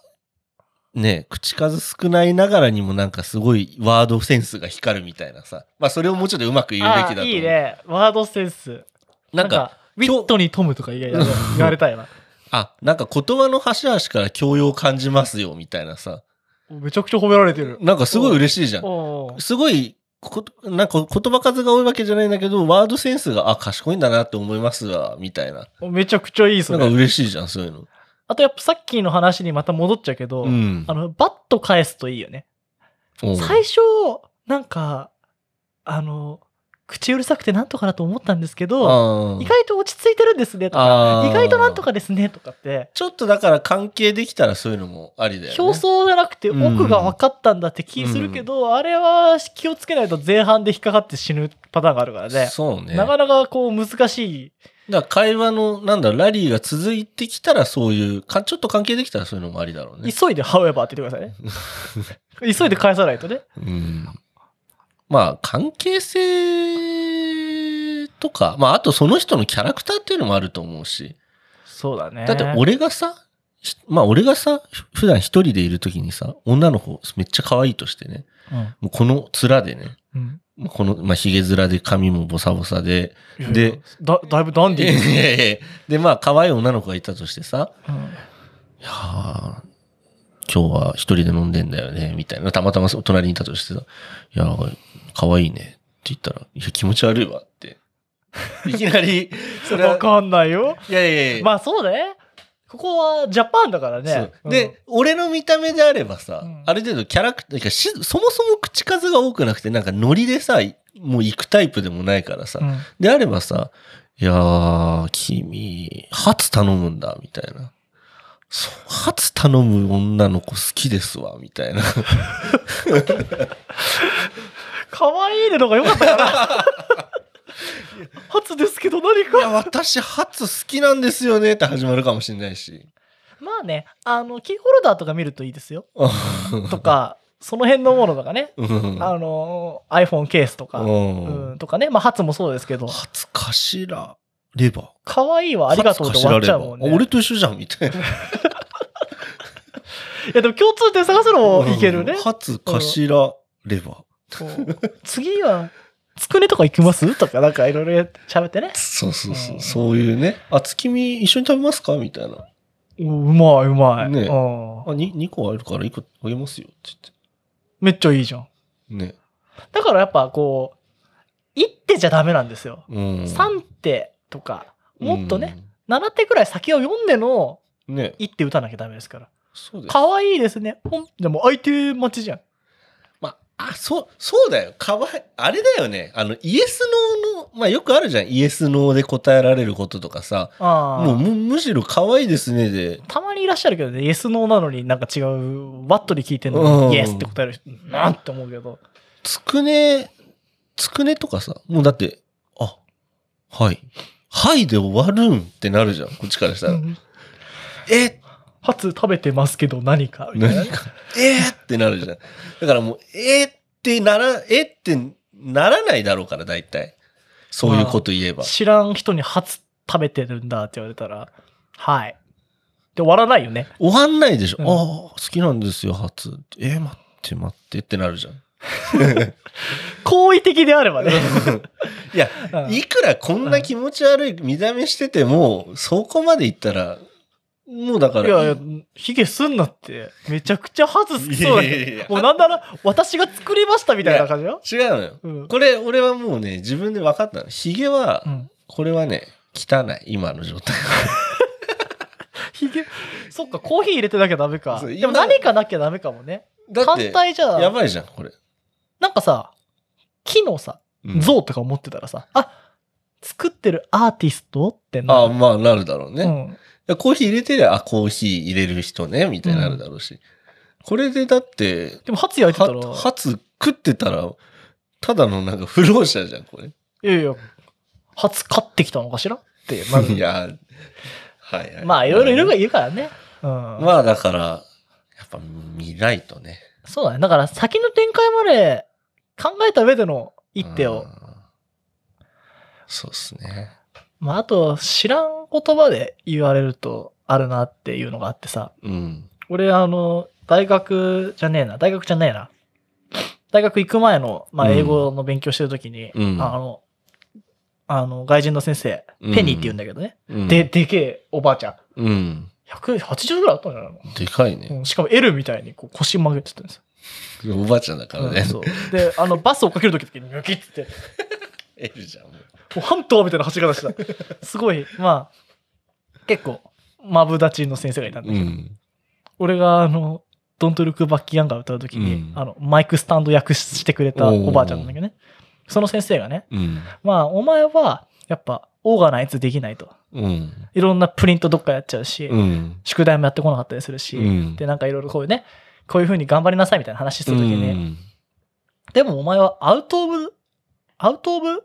A: ね、口数少ないながらにもなんかすごいワードセンスが光るみたいなさ。まあそれをもうちょっとうまく言うべきだと思
B: あ
A: う。
B: ーいいね。ワードセンス。
A: なんか、
B: ウィットにトムとか言え言われたいな。
A: あ、なんか言葉の端々から教養を感じますよ、みたいなさ。
B: めちゃくちゃ褒められてる。
A: なんかすごい嬉しいじゃん。
B: おー
A: すごい、こなんか言葉数が多いわけじゃないんだけど、ワードセンスが、あ、賢いんだなって思いますわ、みたいな。
B: めちゃくちゃいいそ
A: なんか
B: れ。
A: 嬉しいじゃん、そういうの。
B: あとやっぱさっきの話にまた戻っちゃうけど、
A: うん
B: あ。の、バット返すといいよね。
A: うん
B: 最初、なんか、あの、口うるさくてなんとかだと思ったんですけど、
A: あー
B: 意外と落ち着いてるんですねと
A: あ
B: か、
A: ー
B: 意外となんとかですねとかって、
A: ちょっとだから関係できたらそういうのもありだよね。
B: 表層じゃなくて
A: うん
B: 奥が分かったんだって気するけど、あれは気をつけないと前半で引っかかって死ぬパターンがあるからね。
A: そうね。だ
B: な
A: か
B: かなかこう難しい。
A: ら会話の、なんだろう、ラリーが続いてきたらそういう、かちょっと関係できたらそういうのもありだろうね。
B: 急いで however って言ってくださいね。 急いで返さないとね。
A: うんまあ、関係性とか、まあ、あとその人のキャラクターっていうのもあると思うし。
B: そうだね。
A: だって俺がさ、ひまあ俺がさ、ふ普段一人でいる時にさ、女の子めっちゃ可愛いとしてね、
B: うん、
A: もうこの面でね、
B: うん。
A: もうこの、まあ、髭面で髪もボサボサで、
B: いやいや
A: で、
B: だ、だいぶダ ンディー。
A: で、まあ可愛い女の子がいたとしてさ、
B: うん
A: いやー今日は一人で飲んでんだよね、みたいな。たまたまそ隣にいたとしてさ、いやー、可愛いねって言ったら、いや、気持ち悪いわ って。いきなり、それ
B: わ
A: は、
B: かんないよ。
A: いやいやいや、
B: まあそうだね。ここはジャパンだからね
A: そ。うで、俺の見た目であればさ、
B: うん
A: ある程度キャラクター、なんかしそもそも口数が多くなくて、なんかノリでさ、もう行くタイプでもないからさ、
B: うん、うん
A: であればさ、いやー、君、ハツ頼むんだ、みたいな。そう、ハツ頼む女の子好きですわ、みたいな。
B: 可愛いねのが良かったか な。初ですけど何
A: い
B: か
A: や、私、ハツ好きなんですよね、って始まるかもしれないし。
B: まあね、あの、キーホルダーとか見るといいですよ。と
A: と
B: か、その辺のものとかね。
A: うん。
B: あの、iPhone ケースとか、
A: うん
B: うん、とかね。まあ、初もそうですけど、
A: ハツかしられば。
B: 可愛いはありがとうで終わっちゃうもん
A: ハツかし
B: ね。
A: らればあ俺と一緒じゃん、みたいな。
B: いや、でも共通点探すのもいけるね
A: うん。初頭レバー。
B: うん次は、つくねとか行きますとか、なんかいろいろ喋ってね。
A: そうそうそうう。
B: ん
A: そういうね。あ、月見一緒に食べますかみたいな。
B: うんうまい、うまい。
A: ね
B: うん
A: あ、に2個あるから1個あげますよ。って
B: めっちゃいいじゃん。
A: 言って。ね。
B: だからやっぱこう、1手じゃダメなんですよ。
A: うん。
B: 3手とか、もっとね、
A: う
B: 7手ぐらい先を読んでの
A: ん。ね。
B: 1手打たなきゃダメですから。
A: そうです。
B: 可愛いですね。ほん。でも相手待ちじゃん。
A: まあ、あ、そう、そうだよ。かわい、あれだよね。あの、イエスノーの、まあよくあるじゃん。イエスノーで答えられることとかさ。
B: あ
A: もう
B: あ。
A: む、むしろ可愛いですねで。
B: たまにいらっしゃるけどね、イエスノーなのになんか違う、ワットに聞いてん
A: う
B: の
A: ん
B: に、イエスって答える人、なんって思うけど。
A: つくね、つくねとかさ。もうだって、あ、はい。はいで終わるんってなるじゃん。こっちからしたら。え
B: ハツ食べてますけど何かみたい な
A: 何
B: ね。
A: か、えー、ってなるじゃん。だからもう、えー、ってなら、えー、ってならないだろうから、大体。そういうこと言えば。
B: 知らん人にハツ食べてるんだって言われたら、はい。で終わらないよね。
A: 終わんないでしょ。
B: うん
A: ああ、好きなんですよ、初。えー、待 って待ってってなるじゃん。
B: 好意的であればね。
A: いや、
B: うん
A: いくらこんな気持ち悪い見た目してても、そこまでいったら、もうだか
B: いやい
A: ら
B: や、、ヒゲすんなって、めちゃくちゃ歯ずつきそうだ
A: いやいやい
B: よ
A: や。
B: もうなんなら、私が作りましたみたいな感じよ。
A: 違うのよ。
B: うん。
A: これ、俺はもうね、自分で分かったの。ヒゲは
B: う、ん
A: これはね、汚い、今の状 態。
B: ヒゲ、そっか、コーヒー入れてなきゃダメか。
A: そう
B: でも何かなきゃダメかもね。
A: だっ
B: 単
A: て、
B: 体じゃ、
A: やばいじゃん、これ。
B: なんかさ、木のさ、
A: うん
B: 像とか持ってたらさ、あ、作ってるアーティストってな
A: ああ、
B: る
A: まあ、なるだろうね。
B: うん。
A: いやコーヒー入れてりゃ、あ、コーヒー入れる人ね、みたいになるだろうし。これでだって、
B: でも、ハツ焼いてたら、
A: はハツ食ってたら、ただのなんか不老者じゃん、これ。
B: いやいや、ハツ買ってきたのかしらって、ま ず
A: いや、はいはい。
B: まあ、いろいろ色がいるからね。うん。
A: まあ、だから、やっぱ見ないとね。
B: そうだね。だから先の展開まで考えた上での一手を
A: う。ん。そうっすね。
B: まあ、あと、知らん言葉で言われるとあるなっていうのがあってさ。
A: うん。
B: 俺、あの、大学じゃねえな。大学じゃねえな。大学行く前の、まあ、
A: うん
B: 英語の勉強してるときに、
A: うん
B: あの、あの、外人の先生、
A: うん
B: ペニーって言うんだけどね。
A: うん
B: で、、でけえおばあちゃん。
A: うん。
B: 180ぐらいあったんじゃないの、
A: でかいね。
B: うんしかも L みたいにこう腰曲げてたんですよ。
A: おばあちゃんだから
B: う
A: ね
B: ん。そうで、あの、バスを追っかけるときに、ニョキって言って、
A: えるじゃん。もう
B: もうハンターみたいな走り方してた。すごい、まあ、結構、マブダチの先生がいたんで、
A: うん。
B: 俺が、あの、ドントルクバッキヤンが歌うときに、
A: うん
B: あの、マイクスタンド訳してくれたおばあちゃんなんだけどね。その先生がね、
A: うん。
B: まあ、お前は、やっぱ、オーガナイズできないと。
A: うん。
B: いろんなプリントどっかやっちゃうし、
A: うん。
B: 宿題もやってこなかったりするし、
A: うん
B: で、なんかいろいろこういうね、こういうふうに頑張りなさいみたいな話するときにね、
A: うん
B: でもお前はアウトオブ、アウトオブ、ん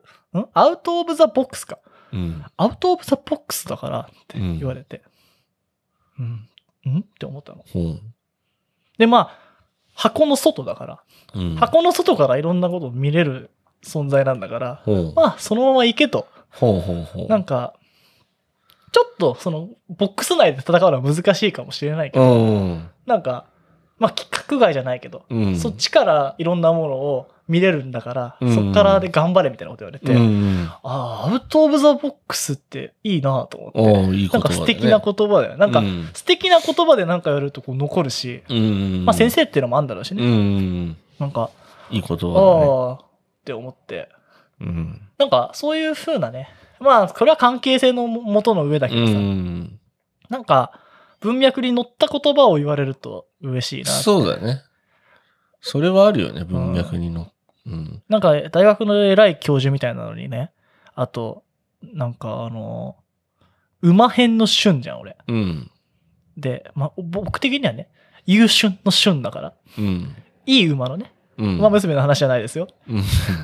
B: アウトオブザボックスか。
A: うん。
B: アウトオブザボックスだからって言われて、うん、うんって思ったの。
A: うん。
B: で、まあ、箱の外だから、
A: うん。
B: 箱の外からいろんなことを見れる存在なんだから、
A: ほう。
B: まあ、そのまま行けと。
A: ほうほうほう。
B: なんか、ちょっと、その、ボックス内で戦うのは難しいかもしれないけど、
A: うん。
B: なんか、まあ、規格外じゃないけど、
A: うん。
B: そっちからいろんなものを見れるんだから、
A: うん
B: そっからで頑張れみたいなこと言われて、
A: うん。
B: ああ、アウトオブザボックスっていいなと思って。
A: おーいい
B: な
A: 言
B: ん
A: 葉
B: か
A: だね
B: 素敵な言葉だよ。なんか
A: うん
B: 素敵な言葉でなんかやるとこう残るし、
A: うん。
B: まあ先生っていうのもあるんだろうし
A: うん
B: ね。
A: うん。
B: なんか、
A: いい言
B: ああ
A: 葉
B: ーって思って。
A: だね。うん。
B: なんかそういう風なね、まあこれは関係性のもとの上だけ
A: う
B: どさ、
A: ん。
B: なんか文脈に乗った言葉を言われると嬉しいな。
A: そうだね。それはあるよね、文脈にの。うん。
B: なんか大学の偉い教授みたいなのにね、あと、なんかあの、馬編の旬じゃん俺。
A: うん。
B: で、まあ僕的にはね、優旬の旬だから。
A: うん。
B: いい馬のね、
A: うん。
B: 馬娘の話じゃないですよ。
A: うん。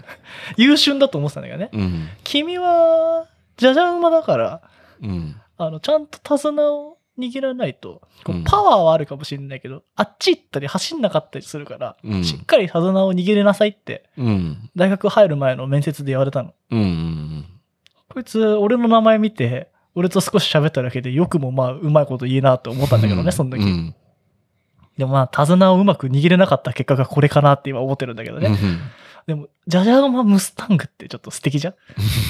B: 優秀だと思ってたんだけどね。
A: うん。
B: 君は、じゃじゃ馬だから、
A: うん。
B: あの、ちゃんと手綱を握らないと、こ
A: う
B: うんパワーはあるかもしれないけど、あっち行ったり走んなかったりするから、
A: うん
B: しっかり手綱を握れなさいって、
A: うん。
B: 大学入る前の面接で言われたの。
A: うん。
B: こいつ、俺の名前見て、俺と少し喋っただけで、よくもまあ、うまいこと言えなと思ったんだけどね、その時。
A: うん。
B: でもまあ、手綱をうまく握れなかった結果がこれかなって今思ってるんだけどね。でも、じゃじゃ馬ムスタングってちょっと素敵じゃ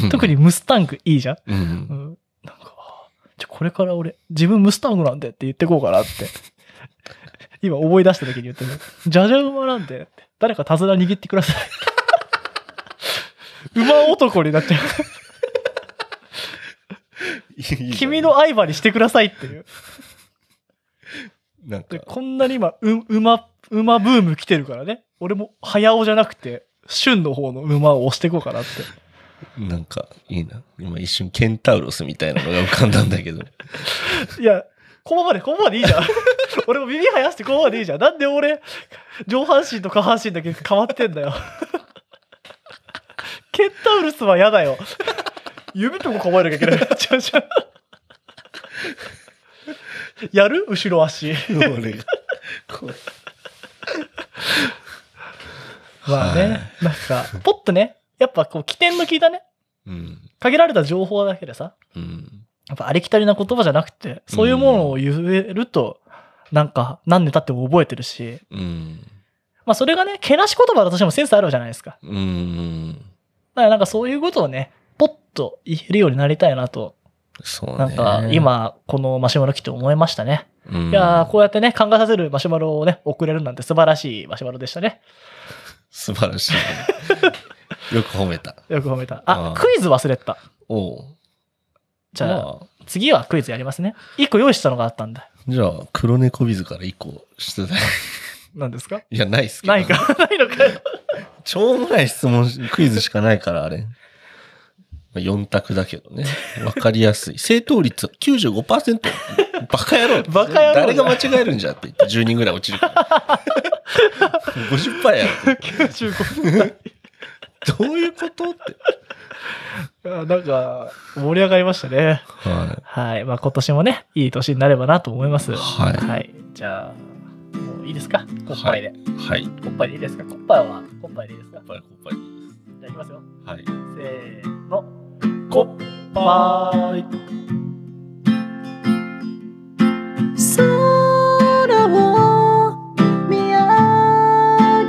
B: ん特
A: に。
B: にムスタングいいじゃん、
A: う。
B: うんん、なんか、あじゃあこれから俺、自分ムスタングなんでって言ってこうかなって。今思い出した時に言ってる。じゃじゃ馬なんでって。誰か手綱握ってください。馬男になっちゃう。 君。の相場にしてくださいっていう。
A: なんか
B: で、こんなに今、う馬、馬ブーム来てるからね。俺も早尾じゃなくて、旬の方の馬を押していこうかなって。
A: なんか、いいな。今一瞬ケンタウロスみたいなのが浮かんだんだけ ど。
B: いや、ここまで、ここまでいいじゃん。 俺も耳生やしてここまでいいじゃん。なんで俺、上半身と下半身だけ変わってんだよ。 ケンタウルスは嫌だよ。指とか構えなきゃいけない。 違う違う。やる後ろ足。
A: 俺が。こう
B: まあね、なんか、ポッとね、やっぱこう、起点の効いたね、
A: うん。
B: 限られた情報だけでさ、
A: うん。
B: やっぱありきたりな言葉じゃなくて、そういうものを言えると、なんか、何年経っても覚えてるし、
A: うん。
B: まあそれがね、けなし言葉だとしてもセンスあるじゃないですか。
A: うん。
B: だからなんかそういうことをね、ポッと言えるようになりたいなと、
A: そうね。
B: なんか今、このマシュマロ来て思いましたね。
A: うん、
B: いやー、こうやってね、考えさせるマシュマロをね、送れるなんて素晴らしいマシュマロでしたね。
A: 素晴らしい。よく褒めた。
B: よく褒めた。
A: あー、
B: あクイズ忘れてた。
A: おう。
B: じゃあ、
A: まあ
B: 次はクイズやりますね。一個用意したのがあったんだ。
A: じゃあ、黒猫ビズから一個出題。
B: 何ですか
A: いや、ないっすけど。
B: ないか。。 ないのかよ。
A: しょうもない質問し、クイズしかないから、あれ。4択だけどね。わかりやすい。正答率95%。バカ野郎。
B: バカ野郎
A: 誰が間違えるんじゃって言って10人ぐらい落ちるから。50%やろっ
B: 95分。
A: て。どういうことって。
B: あなんか、盛り上がりましたね。
A: は
B: はい。まあ、今年もね、いい年になればなと思います。
A: はい
B: じゃあ、もういいですかコッパイで。
A: い。はい。
B: コッパイでいいですかコッパイは、コッパイでいいですか
A: コッパイ、コッパイ。
B: じゃあ、いきますよ。
A: はい。
B: せーの。
A: コッパイ。
C: 空を見上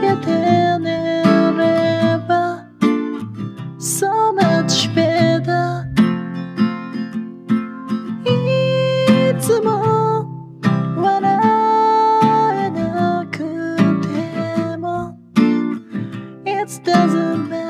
C: げて寝れば So much better いつも笑えなくても It doesn't matter